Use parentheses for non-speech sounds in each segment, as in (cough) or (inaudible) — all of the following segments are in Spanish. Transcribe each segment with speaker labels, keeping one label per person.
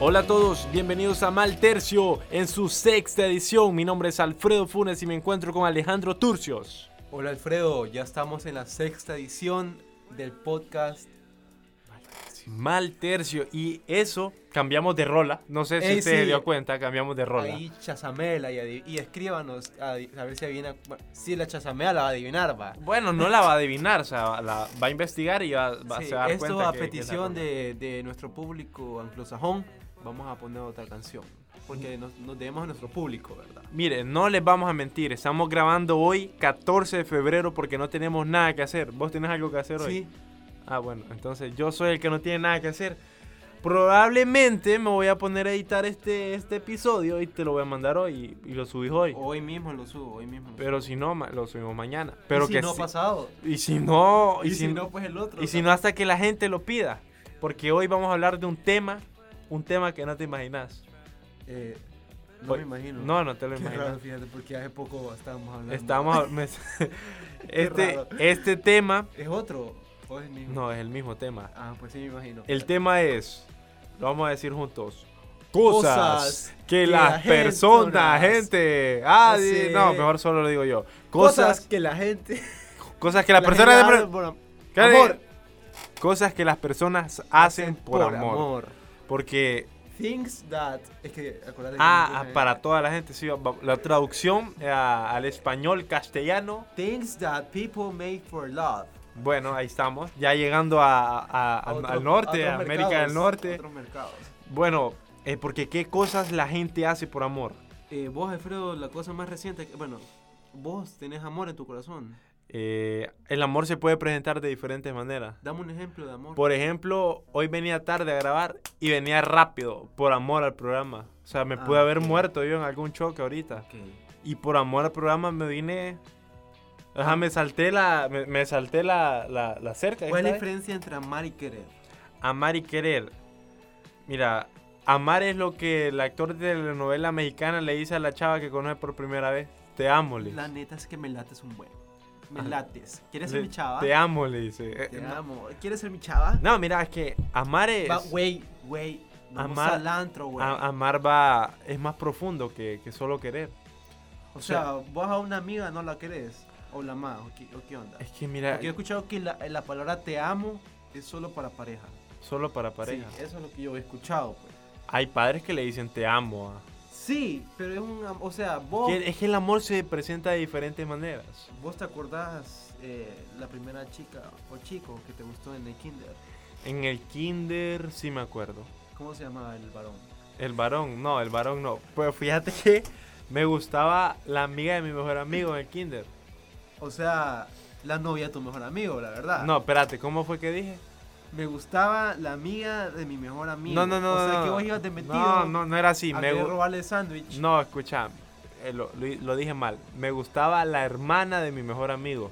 Speaker 1: Hola a todos, bienvenidos a Maltercio en su sexta edición. Mi nombre es Alfredo Funes y me encuentro con Alejandro Turcios.
Speaker 2: Hola Alfredo, ya estamos en la sexta edición del podcast.
Speaker 1: Maltercio y eso cambiamos de rola. No sé si
Speaker 2: Ey,
Speaker 1: usted se
Speaker 2: sí.
Speaker 1: dio cuenta, cambiamos de rola.
Speaker 2: Ahí chazamela y, adi- y escríbanos a, adi- a ver si adivina. Si la chazamea la va a adivinar, va.
Speaker 1: Bueno, no la va a adivinar, o sea, la va a investigar y va, va-
Speaker 2: Sí,
Speaker 1: se va a dar
Speaker 2: esto
Speaker 1: cuenta
Speaker 2: a
Speaker 1: que- que es la
Speaker 2: petición
Speaker 1: rola.
Speaker 2: de, de nuestro público anglosajón, vamos a poner otra canción. Porque nos, nos debemos a nuestro público, ¿verdad?
Speaker 1: Mire, no les vamos a mentir, estamos grabando hoy 14 de febrero porque no tenemos nada que hacer. ¿Vos tenés algo que hacer hoy?
Speaker 2: sí,
Speaker 1: Ah, bueno, entonces yo soy el que no tiene nada que hacer. Probablemente me voy a poner a editar este, este episodio y te lo voy a mandar hoy y, y lo subís hoy.
Speaker 2: hoy mismo lo subo, hoy mismo. lo
Speaker 1: Pero si no, ma- lo subimos mañana. Pero
Speaker 2: Oh. y si
Speaker 1: que
Speaker 2: no ha
Speaker 1: sí-
Speaker 2: pasado.
Speaker 1: Y si no,
Speaker 2: Y, si, no, pues el otro.
Speaker 1: y si no, hasta que la gente lo pida. Porque hoy vamos a hablar de un tema, un tema que no te imaginas.
Speaker 2: Eh, no
Speaker 1: Voy-
Speaker 2: me imagino.
Speaker 1: pues, No, no te lo
Speaker 2: Qué raro,
Speaker 1: imaginas.
Speaker 2: fíjate, porque hace poco estábamos hablando.
Speaker 1: Estamos.
Speaker 2: (laughs)
Speaker 1: me- este,
Speaker 2: raro.
Speaker 1: este tema.
Speaker 2: ¿Es otro? ¿O es el mismo?
Speaker 1: No, es el mismo tema.
Speaker 2: Ah, pues sí, me imagino.
Speaker 1: El tema es, lo vamos a decir juntos, cosas,
Speaker 2: Cosas
Speaker 1: que,
Speaker 2: que
Speaker 1: las
Speaker 2: las
Speaker 1: personas,
Speaker 2: personas
Speaker 1: gente, ah,
Speaker 2: hace-
Speaker 1: no, mejor solo lo digo yo,
Speaker 2: cosas,
Speaker 1: cosas,
Speaker 2: que la gente.
Speaker 1: cosas que las personas,
Speaker 2: gente
Speaker 1: de-
Speaker 2: hace por am-
Speaker 1: ¿Qué
Speaker 2: amor.
Speaker 1: digo? cosas que las personas hacen por, amor. porque,
Speaker 2: Things that. Es que acuérdate. que no
Speaker 1: ah,
Speaker 2: tiene-
Speaker 1: para toda la gente, sí, va- la traducción eh, a- al español castellano,
Speaker 2: Things that people make for love.
Speaker 1: bueno, ahí estamos, ya llegando a- a- a-
Speaker 2: Otro-
Speaker 1: al norte,
Speaker 2: otros
Speaker 1: a América
Speaker 2: mercados,
Speaker 1: del Norte,
Speaker 2: Otros mercados.
Speaker 1: bueno, eh, porque qué cosas la gente hace por amor.
Speaker 2: Eh, vos, Alfredo, la cosa más reciente. que- Bueno, vos tenés amor en tu corazón.
Speaker 1: Eh, el amor se puede presentar de diferentes maneras.
Speaker 2: Dame un ejemplo de amor.
Speaker 1: Por ejemplo, hoy venía tarde a grabar y venía rápido por amor al programa. O sea, me
Speaker 2: Ah,
Speaker 1: pude haber
Speaker 2: ok.
Speaker 1: muerto yo en algún choque ahorita.
Speaker 2: Ok.
Speaker 1: Y por amor al programa me vine... Ajá, me salté la, me, me salté la, la, la cerca.
Speaker 2: ¿Cuál es la
Speaker 1: ¿sabes?
Speaker 2: diferencia entre amar y querer?
Speaker 1: Amar y querer. Mira, amar es lo que el actor de la novela mexicana le dice a la chava que conoce por primera vez. Te amo, le
Speaker 2: La
Speaker 1: dice.
Speaker 2: neta es que me lates un buen. Me
Speaker 1: Ajá.
Speaker 2: lates. ¿Quieres
Speaker 1: Le-
Speaker 2: ser mi chava?
Speaker 1: Te amo, le dice. Eh,
Speaker 2: Te
Speaker 1: no-
Speaker 2: amo. ¿Quieres ser mi chava?
Speaker 1: No, mira, es que amar es...
Speaker 2: Va, Güey, güey. Vamos
Speaker 1: Amar-
Speaker 2: al antro, güey.
Speaker 1: A- amar va es más profundo que, que solo querer.
Speaker 2: o sea, vos a una amiga no la querés. O la más. ¿O qué, o qué onda?
Speaker 1: Es que mira,
Speaker 2: Porque yo he escuchado que la, la palabra te amo es solo para pareja.
Speaker 1: solo para pareja.
Speaker 2: Sí, eso es lo que yo he escuchado, pues.
Speaker 1: Hay padres que le dicen te amo. ah.
Speaker 2: Sí, pero es un... am- O sea, vos...
Speaker 1: Que- Es que el amor se presenta de diferentes maneras.
Speaker 2: ¿Vos te acordás eh, la primera chica o chico que te gustó en el kinder?
Speaker 1: En el kinder sí me acuerdo.
Speaker 2: ¿Cómo se llamaba el varón?
Speaker 1: El varón, no, el varón no. Pues fíjate que me gustaba la amiga de mi mejor amigo en el kinder.
Speaker 2: O sea, la novia de tu mejor amigo, la verdad.
Speaker 1: No, espérate, ¿cómo fue que dije?
Speaker 2: Me gustaba la amiga de mi mejor amigo.
Speaker 1: No, no, no.
Speaker 2: O sea,
Speaker 1: no,
Speaker 2: que
Speaker 1: no.
Speaker 2: vos ibas de metido
Speaker 1: No, no, no era así.
Speaker 2: a
Speaker 1: Me,
Speaker 2: querer
Speaker 1: gu-
Speaker 2: robarle sándwich.
Speaker 1: No, escucha, eh, lo, lo- lo dije mal. Me gustaba la hermana de mi mejor amigo.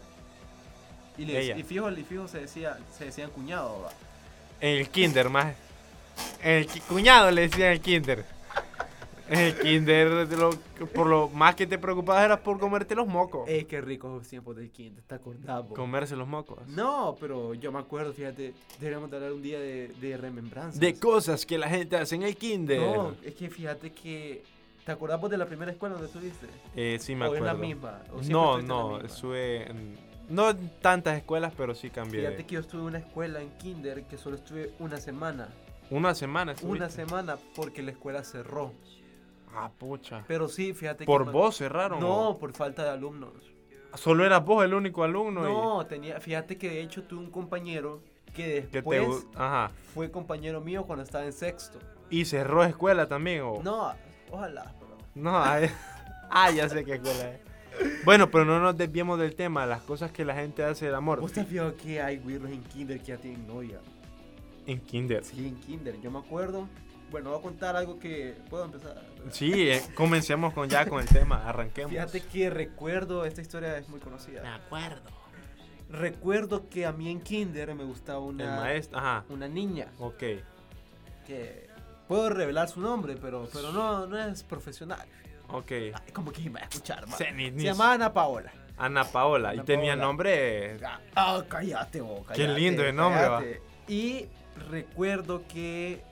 Speaker 2: Y, le-
Speaker 1: Mm, ella.
Speaker 2: y fijo, y fijo se decía, se decían cuñado, va.
Speaker 1: En el kinder, más. En el ki- cuñado le decían el kinder. En el kinder, de lo- por lo más que te preocupabas era por comerte los mocos.
Speaker 2: Ey, qué ricos los tiempos del kinder, ¿te acordás, vos?
Speaker 1: Comerse los mocos.
Speaker 2: No, pero yo me acuerdo, fíjate, deberíamos de hablar un día de, de remembranzas.
Speaker 1: De cosas que la gente hace en el kinder.
Speaker 2: No, es que fíjate que, ¿te acordás vos de la primera escuela donde estuviste?
Speaker 1: Eh, sí, me
Speaker 2: o es la
Speaker 1: acuerdo.
Speaker 2: misma. o siempre
Speaker 1: No,
Speaker 2: estuviste en la
Speaker 1: no,
Speaker 2: misma.
Speaker 1: sube. en- No en tantas escuelas, pero sí cambié.
Speaker 2: Fíjate que yo estuve en una escuela en kinder que solo estuve una semana.
Speaker 1: Una semana.
Speaker 2: Una
Speaker 1: estuviste.
Speaker 2: semana porque la escuela cerró.
Speaker 1: Ah, pucha.
Speaker 2: Pero sí, fíjate que.
Speaker 1: ¿Por
Speaker 2: me-
Speaker 1: vos cerraron?
Speaker 2: No, por falta de alumnos.
Speaker 1: o- Solo eras vos el único alumno. y-
Speaker 2: No, tenía. Fíjate que de hecho tuve un compañero que
Speaker 1: que te
Speaker 2: después
Speaker 1: gu- Ajá.
Speaker 2: fue compañero mío cuando estaba en sexto.
Speaker 1: Y cerró escuela también, o.
Speaker 2: No, ojalá, pero.
Speaker 1: No, ay, (laughs) ah, ya sé qué escuela es. Bueno, pero no nos desviemos del tema, las cosas que la gente hace del amor.
Speaker 2: ¿Vos te has fijado que hay güiros en kinder que ya tienen novia?
Speaker 1: En kinder.
Speaker 2: Sí, en kinder, yo me acuerdo. Bueno, voy a contar algo que puedo empezar.
Speaker 1: Sí, eh, comencemos con ya con el tema, arranquemos.
Speaker 2: Fíjate que recuerdo, esta historia es muy conocida.
Speaker 1: acuerdo.
Speaker 2: Recuerdo que a mí en kinder me gustaba
Speaker 1: El
Speaker 2: una,
Speaker 1: maestro, Oh. ajá,
Speaker 2: una niña
Speaker 1: ok.
Speaker 2: que puedo revelar su nombre, pero, pero no, no es profesional.
Speaker 1: Ok.
Speaker 2: Ay, como que me va a escuchar, ma.
Speaker 1: Se- ni-
Speaker 2: Se
Speaker 1: ni-
Speaker 2: llamaba Ana Paola.
Speaker 1: Ana Paola, y
Speaker 2: Ana
Speaker 1: tenía
Speaker 2: Paola.
Speaker 1: nombre. eh,
Speaker 2: Ah, ah, cállate, vos,
Speaker 1: Qué lindo el nombre, va.
Speaker 2: Y recuerdo que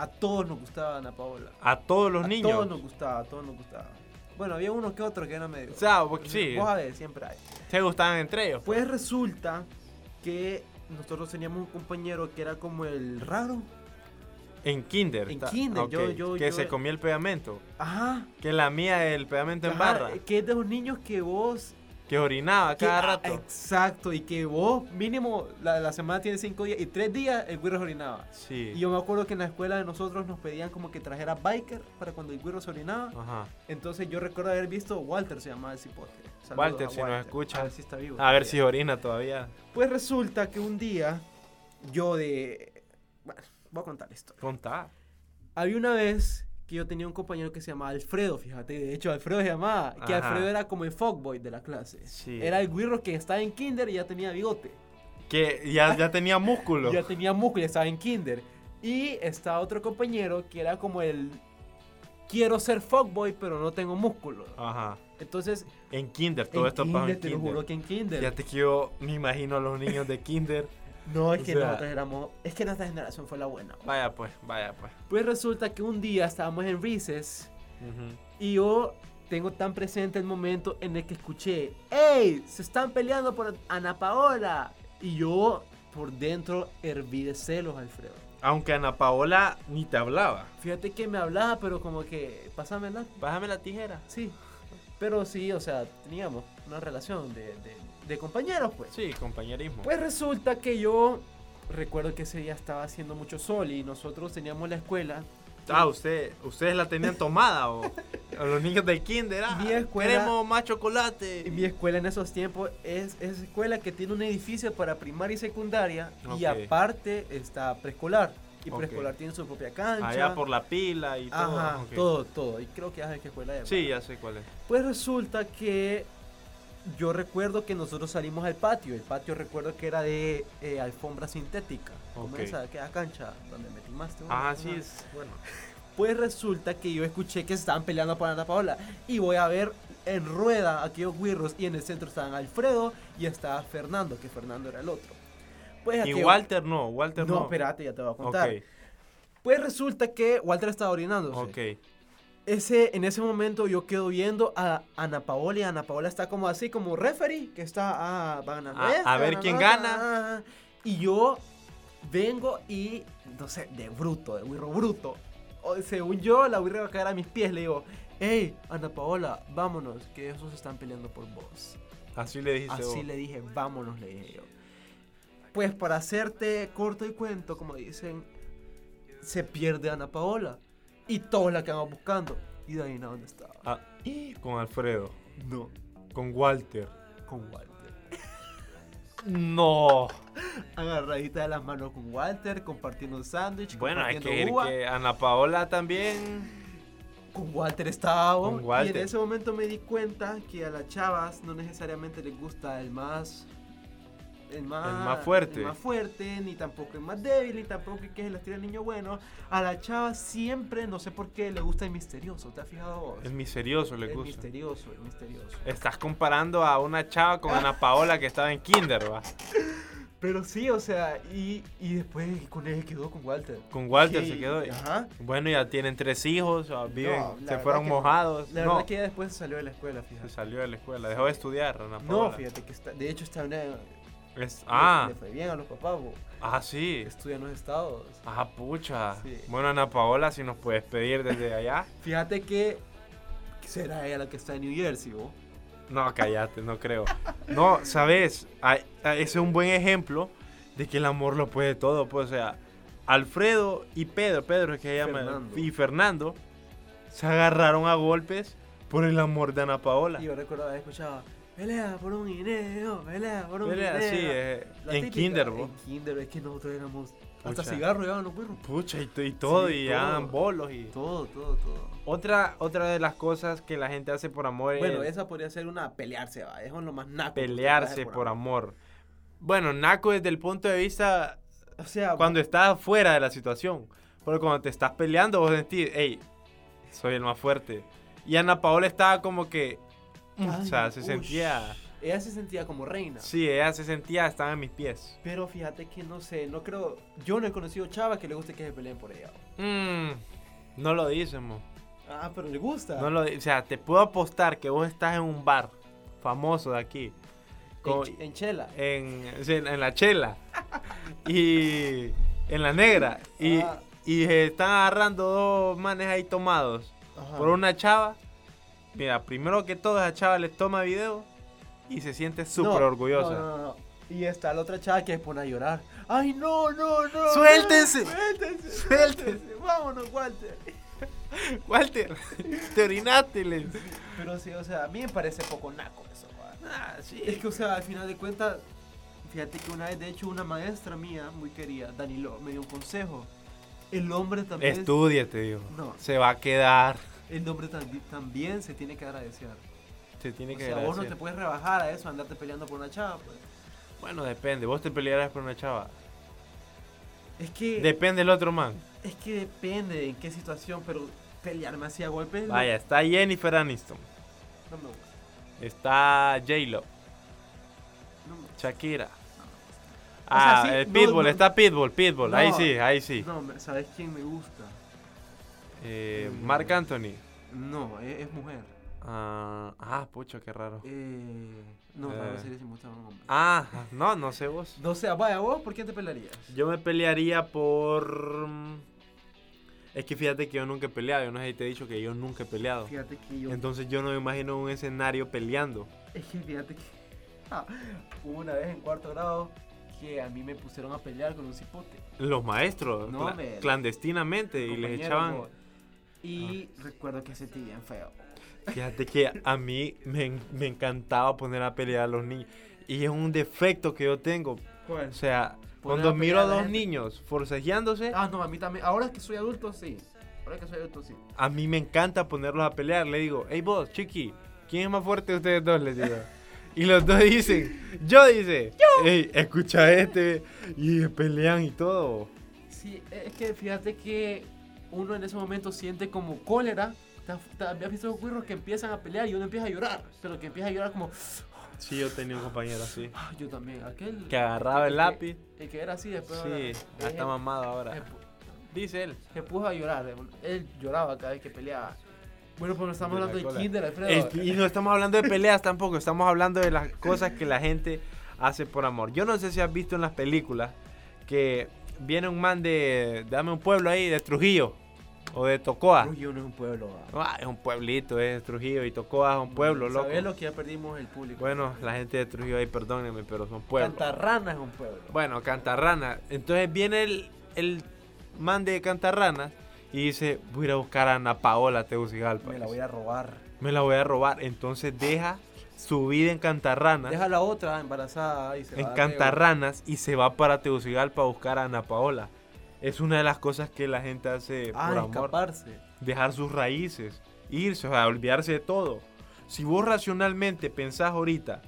Speaker 2: A todos nos gustaba Ana Paola.
Speaker 1: A todos los
Speaker 2: a
Speaker 1: niños.
Speaker 2: todos nos gustaba, a todos nos gustaba. Bueno, había uno que otro que no me...
Speaker 1: O sea, porque sí,
Speaker 2: Vos a ver, siempre hay.
Speaker 1: se gustaban entre ellos.
Speaker 2: Pues resulta que nosotros teníamos un compañero que era como el raro.
Speaker 1: En kinder.
Speaker 2: En
Speaker 1: está-
Speaker 2: kinder,
Speaker 1: ok,
Speaker 2: yo- yo- eh.
Speaker 1: Que
Speaker 2: yo-
Speaker 1: se comía el pegamento.
Speaker 2: Ajá.
Speaker 1: Que lamía el pegamento en
Speaker 2: ajá, eh,
Speaker 1: barra.
Speaker 2: Que es de los niños que vos...
Speaker 1: Que orinaba
Speaker 2: que-
Speaker 1: cada
Speaker 2: ah,
Speaker 1: rato.
Speaker 2: Exacto, y que vos mínimo la, la semana tiene cinco días y tres días el güiro se orinaba.
Speaker 1: Sí.
Speaker 2: Y yo me acuerdo que en la escuela de nosotros nos pedían como que trajera biker para cuando el güiro se orinaba.
Speaker 1: Ajá.
Speaker 2: Entonces yo recuerdo haber visto Walter, se llamaba el cipote. Saludos
Speaker 1: Walter,
Speaker 2: a
Speaker 1: si nos escucha.
Speaker 2: A ver si está
Speaker 1: A ver
Speaker 2: vivo. todavía.
Speaker 1: si orina todavía.
Speaker 2: Pues resulta que un día yo de... Bueno, voy a contar la historia.
Speaker 1: Contá.
Speaker 2: Había una vez que yo tenía un compañero que se llamaba Alfredo, fíjate. De hecho, Alfredo se llamaba. Que
Speaker 1: Ajá.
Speaker 2: Alfredo era como el fuckboy de la clase.
Speaker 1: Sí.
Speaker 2: Era el guirro que estaba en kinder y ya tenía bigote.
Speaker 1: Que ya, ya tenía músculo.
Speaker 2: Ya tenía músculo y estaba en kinder. Y estaba otro compañero que era como el... Quiero ser fuckboy, pero no tengo músculo.
Speaker 1: Ajá.
Speaker 2: Entonces,
Speaker 1: En kinder, Ah. todo
Speaker 2: en
Speaker 1: esto pasó
Speaker 2: kinder,
Speaker 1: en
Speaker 2: te lo juro
Speaker 1: kinder.
Speaker 2: que en kinder.
Speaker 1: Ya te quiero, me imagino a los niños de kinder.
Speaker 2: No, es
Speaker 1: O
Speaker 2: que
Speaker 1: sea-
Speaker 2: nosotros éramos... Es que nuestra generación fue la buena.
Speaker 1: Vaya pues, vaya pues.
Speaker 2: Pues resulta que un día estábamos en Recess
Speaker 1: Ujú.
Speaker 2: y yo tengo tan presente el momento en el que escuché, ¡Ey! Se están peleando por Ana Paola. Y yo por dentro herví de celos, Alfredo.
Speaker 1: Aunque Ana Paola ni te hablaba.
Speaker 2: Fíjate que me hablaba, pero como que, pásamela.
Speaker 1: Bájame la tijera.
Speaker 2: Sí. Pero sí, o sea, teníamos una relación de, de- de compañeros, pues.
Speaker 1: Sí, compañerismo.
Speaker 2: Pues resulta que yo recuerdo que ese día estaba haciendo mucho sol y nosotros teníamos la escuela
Speaker 1: ah, usted, ustedes la tenían tomada o a los niños de kinder. Ah,
Speaker 2: Mi escuela-
Speaker 1: queremos más chocolate.
Speaker 2: Y Mi escuela en esos tiempos es, es escuela que tiene un edificio para primaria y secundaria y
Speaker 1: Ok.
Speaker 2: aparte está preescolar. Y
Speaker 1: Ok.
Speaker 2: preescolar tiene su propia cancha.
Speaker 1: Allá por la pila y todo.
Speaker 2: Ajá,
Speaker 1: ok.
Speaker 2: todo, todo. Y creo que ya sabes qué escuela es.
Speaker 1: Sí,
Speaker 2: ¿verdad?
Speaker 1: ya sé cuál es.
Speaker 2: Pues resulta que yo recuerdo que nosotros salimos al patio. El patio recuerdo que era de eh, alfombra sintética. Como
Speaker 1: Ok.
Speaker 2: esa, aquella cancha donde me timaste. ¿no?
Speaker 1: Ah,
Speaker 2: Ajá.
Speaker 1: sí, es bueno.
Speaker 2: Pues resulta que yo escuché que se estaban peleando por Ana Paola. Y voy a ver en rueda aquellos guirros. Y en el centro estaban Alfredo y estaba Fernando, que Fernando era el otro. Pues
Speaker 1: Y
Speaker 2: aquello-
Speaker 1: Walter no, Walter no.
Speaker 2: No, espérate, ya te voy a
Speaker 1: Ok,
Speaker 2: contar. Pues resulta que Walter estaba orinando.
Speaker 1: ok.
Speaker 2: Ese, en ese momento yo quedo viendo a Ana Paola y Ana Paola está como así, como referee, que está, ah, van a
Speaker 1: A- a ver
Speaker 2: van
Speaker 1: quién
Speaker 2: otra,
Speaker 1: gana.
Speaker 2: ah, ah. Y yo vengo y, no sé, de bruto, de wirro bruto. O- según yo, la wirra va a caer a mis pies, le digo, hey, Ana Paola, vámonos, que esos están peleando por vos.
Speaker 1: Así le dijiste
Speaker 2: Así
Speaker 1: vos.
Speaker 2: le dije, vámonos, le dije yo. Pues para hacerte corto y cuento, como dicen, se pierde Ana Paola. Y todos la quedamos buscando. Y Daina, ¿dónde estaba?
Speaker 1: Ah, con Alfredo,
Speaker 2: No,
Speaker 1: con Walter.
Speaker 2: con Walter.
Speaker 1: No.
Speaker 2: Agarradita de las manos con Walter, compartiendo un sándwich,
Speaker 1: Bueno, hay
Speaker 2: compartiendo
Speaker 1: que ir
Speaker 2: uva.
Speaker 1: que Ana Paola también.
Speaker 2: Con Walter estaba.
Speaker 1: Con
Speaker 2: Y en
Speaker 1: Walter.
Speaker 2: ese momento me di cuenta que a las chavas no necesariamente les gusta el más... El más,
Speaker 1: El más fuerte.
Speaker 2: el más fuerte, ni tampoco el más débil, ni tampoco el que se las tira el niño bueno. A la chava siempre, no sé por qué, le gusta el misterioso. ¿Te has fijado vos?
Speaker 1: Es misterioso, le
Speaker 2: El
Speaker 1: gusta.
Speaker 2: misterioso, el misterioso.
Speaker 1: Estás comparando a una chava con Ana Paola que estaba en kinder, va.
Speaker 2: Pero sí, o sea, y, y después con él quedó con Walter.
Speaker 1: Con Walter
Speaker 2: Que-
Speaker 1: se quedó.
Speaker 2: Ajá.
Speaker 1: Bueno, ya tienen tres hijos, ah, viven,
Speaker 2: No, la
Speaker 1: se
Speaker 2: verdad
Speaker 1: fueron
Speaker 2: que no.
Speaker 1: mojados.
Speaker 2: La
Speaker 1: no,
Speaker 2: verdad que ella después salió de la escuela,
Speaker 1: se
Speaker 2: fíjate.
Speaker 1: salió de la escuela, dejó de estudiar Ana Paola.
Speaker 2: No, fíjate que está, de hecho está una,
Speaker 1: Es-
Speaker 2: Ah.
Speaker 1: ah,
Speaker 2: Le fue bien a los papás, bo.
Speaker 1: ah, sí.
Speaker 2: Estudia en los estados.
Speaker 1: Ah, pucha.
Speaker 2: Sí.
Speaker 1: Bueno, Ana Paola, si nos puedes pedir desde allá.
Speaker 2: Fíjate que será ella la que está en New Jersey, bo.
Speaker 1: No, cállate, no creo. No, sabes, Ay, ay, ese es un buen ejemplo de que el amor lo puede todo. Pues, o sea, Alfredo y Pedro, Pedro es que se llama,
Speaker 2: Fernando.
Speaker 1: y Fernando, se agarraron a golpes por el amor de Ana Paola.
Speaker 2: Y yo recuerdo haber escuchado, pelea por un dinero, pelea por un
Speaker 1: Era así,
Speaker 2: dinero.
Speaker 1: eh,
Speaker 2: La
Speaker 1: en
Speaker 2: típica,
Speaker 1: Kinder, vos.
Speaker 2: En Kinder, es que nosotros éramos... Hasta
Speaker 1: Pucha.
Speaker 2: cigarro llevaban los perros.
Speaker 1: Pucha, y, to- y todo,
Speaker 2: Sí,
Speaker 1: y
Speaker 2: todo.
Speaker 1: dan bolos y...
Speaker 2: Todo, todo, todo.
Speaker 1: Otra, otra de las cosas que la gente hace por amor es
Speaker 2: Bueno, esa podría ser una pelearse, va. Eso es lo más naco. que usted
Speaker 1: pelearse
Speaker 2: hace
Speaker 1: por, amor. Bueno, Naco desde el punto de vista
Speaker 2: O sea,
Speaker 1: cuando estás fuera de la situación. Porque cuando te estás peleando, vos sentís, hey, soy el más fuerte. Y Ana Paola estaba como que. mm, o
Speaker 2: Ay,
Speaker 1: sea, se
Speaker 2: ush.
Speaker 1: sentía
Speaker 2: Ella se sentía como reina.
Speaker 1: Sí, ella se sentía, estaba en mis pies.
Speaker 2: Pero fíjate que no sé, no creo. Yo no he conocido chava que le guste que se peleen por ella.
Speaker 1: Mm, no lo dicen, mo.
Speaker 2: Ah, pero le gusta.
Speaker 1: No lo di- o sea, te puedo apostar que vos estás en un bar famoso de aquí. con-
Speaker 2: en, en chela.
Speaker 1: eh, en, sí, en- en la chela y en la negra y,
Speaker 2: Ah.
Speaker 1: y se están agarrando dos manes ahí tomados
Speaker 2: Ajá.
Speaker 1: por una chava. Mira, primero que todo esa chava le toma video y se siente súper
Speaker 2: No,
Speaker 1: orgullosa. (laughs)
Speaker 2: No, no, no. Y está la otra chava que se pone a llorar. ¡Ay, no, no, no!
Speaker 1: ¡Suéltense!
Speaker 2: no,
Speaker 1: ¡Suéltense!
Speaker 2: ¡Suéltense! ¡Suéltense! ¡Vámonos, Walter!
Speaker 1: Walter, te orinaste. le dice.
Speaker 2: Pero sí, o sea, a mí me parece poco naco eso, va.
Speaker 1: Ah, sí.
Speaker 2: Es que, o sea, al final de cuentas, fíjate que una vez, de hecho, una maestra mía, muy querida, Danilo, me dio un consejo. El hombre también.
Speaker 1: Estudia, te digo.
Speaker 2: No.
Speaker 1: Se va a quedar.
Speaker 2: El hombre tam- también se tiene que dar a desear.
Speaker 1: Se tiene
Speaker 2: o
Speaker 1: que
Speaker 2: sea, vos no
Speaker 1: agradecer.
Speaker 2: te puedes rebajar a eso, andarte peleando por una chava, pues.
Speaker 1: Bueno, depende. Vos te pelearás por una chava.
Speaker 2: Es que.
Speaker 1: Depende el otro man.
Speaker 2: es que depende de en qué situación, pero pelearme así a golpes. no-
Speaker 1: Vaya, está Jennifer Aniston.
Speaker 2: No me gusta.
Speaker 1: Está J-Lo.
Speaker 2: No me gusta.
Speaker 1: Shakira.
Speaker 2: sea,
Speaker 1: Ah,
Speaker 2: sí,
Speaker 1: el
Speaker 2: no,
Speaker 1: Pitbull,
Speaker 2: no.
Speaker 1: está Pitbull, Pitbull.
Speaker 2: No.
Speaker 1: ahí sí, ahí sí.
Speaker 2: No, me- ¿sabes quién me gusta?
Speaker 1: Eh,
Speaker 2: Mm.
Speaker 1: Marc Anthony.
Speaker 2: No, eh, es, es mujer.
Speaker 1: Ah, ah, pucho, qué raro.
Speaker 2: Eh, no,
Speaker 1: Eh.
Speaker 2: no sé si me gusta un hombre.
Speaker 1: Ah, no, no sé vos.
Speaker 2: No sé, vaya, vos, ¿por qué te pelearías?
Speaker 1: Yo me pelearía por... mm, Es que fíjate que yo nunca he peleado. Yo no sé si te he dicho que yo nunca he peleado.
Speaker 2: Fíjate que yo.
Speaker 1: Entonces yo no me imagino un escenario peleando.
Speaker 2: Es que fíjate que. (laughs) ah, hubo una vez en cuarto grado que a mí me pusieron a pelear con un cipote.
Speaker 1: Los maestros,
Speaker 2: No,
Speaker 1: cla-
Speaker 2: me-
Speaker 1: clandestinamente, y les
Speaker 2: compañero,
Speaker 1: echaban... Ah.
Speaker 2: vos. Y recuerdo que sentí bien feo.
Speaker 1: Fíjate que a mí me, en- me encantaba poner a pelear a los niños. Y es un defecto que yo tengo. O sea, cuando
Speaker 2: a
Speaker 1: miro a
Speaker 2: pelear a la
Speaker 1: dos
Speaker 2: gente.
Speaker 1: niños forcejeándose,
Speaker 2: Ah, no, a mí también. Ahora que soy adulto, sí. Ahora que soy adulto, sí.
Speaker 1: a mí me encanta ponerlos a pelear. Le digo, hey vos, chiqui, ¿quién es más fuerte de ustedes dos? Les digo. Y los dos dicen, yo dice, "Ey, escucha a este. Y pelean y todo.
Speaker 2: Sí, es que fíjate que uno en ese momento siente como cólera. ¿Te has- te- ¿Has visto esos güirros que empiezan a pelear y uno empieza a llorar? Pero que empieza a llorar como,
Speaker 1: Sí, yo tenía un compañero así.
Speaker 2: "Ah, yo también, aquel...
Speaker 1: Que agarraba el
Speaker 2: que-
Speaker 1: lápiz.
Speaker 2: El que era así después... ahora-
Speaker 1: Sí,
Speaker 2: es
Speaker 1: ya está
Speaker 2: el-
Speaker 1: mamado
Speaker 2: se
Speaker 1: ahora.
Speaker 2: pu-
Speaker 1: Dice él.
Speaker 2: Se puso a llorar, él lloraba cada vez que peleaba. Bueno, pues no estamos
Speaker 1: De la
Speaker 2: hablando
Speaker 1: cola.
Speaker 2: de kinder, Alfredo.
Speaker 1: Es- y no estamos hablando de peleas tampoco, estamos hablando de las cosas que la gente hace por amor. Yo no sé si has visto en las películas que viene un man de, dame un pueblo ahí, de Trujillo o de Tocoa.
Speaker 2: Trujillo no es un pueblo.
Speaker 1: Ah, es un pueblito, es Trujillo y Tocoa es un pueblo, loco.
Speaker 2: ¿Sabes Mm, lo que ya perdimos el público?
Speaker 1: Bueno, la gente de Trujillo ahí, perdónenme, pero son pueblos.
Speaker 2: Cantarrana es un pueblo.
Speaker 1: Bueno, Cantarrana. Entonces viene el, el man de Cantarrana y dice, voy a ir a buscar a Ana Paola Tegucigalpa.
Speaker 2: Me la voy a robar.
Speaker 1: Me la voy a robar. Entonces deja su vida en Cantarrana.
Speaker 2: Deja la otra embarazada y se va
Speaker 1: en
Speaker 2: a
Speaker 1: Cantarranas y se va para Tegucigalpa a buscar a Ana Paola. Es una de las cosas que la gente hace
Speaker 2: Ah,
Speaker 1: por amor.
Speaker 2: escaparse.
Speaker 1: Dejar sus raíces, irse, o sea, olvidarse de todo. Si vos racionalmente pensás ahorita,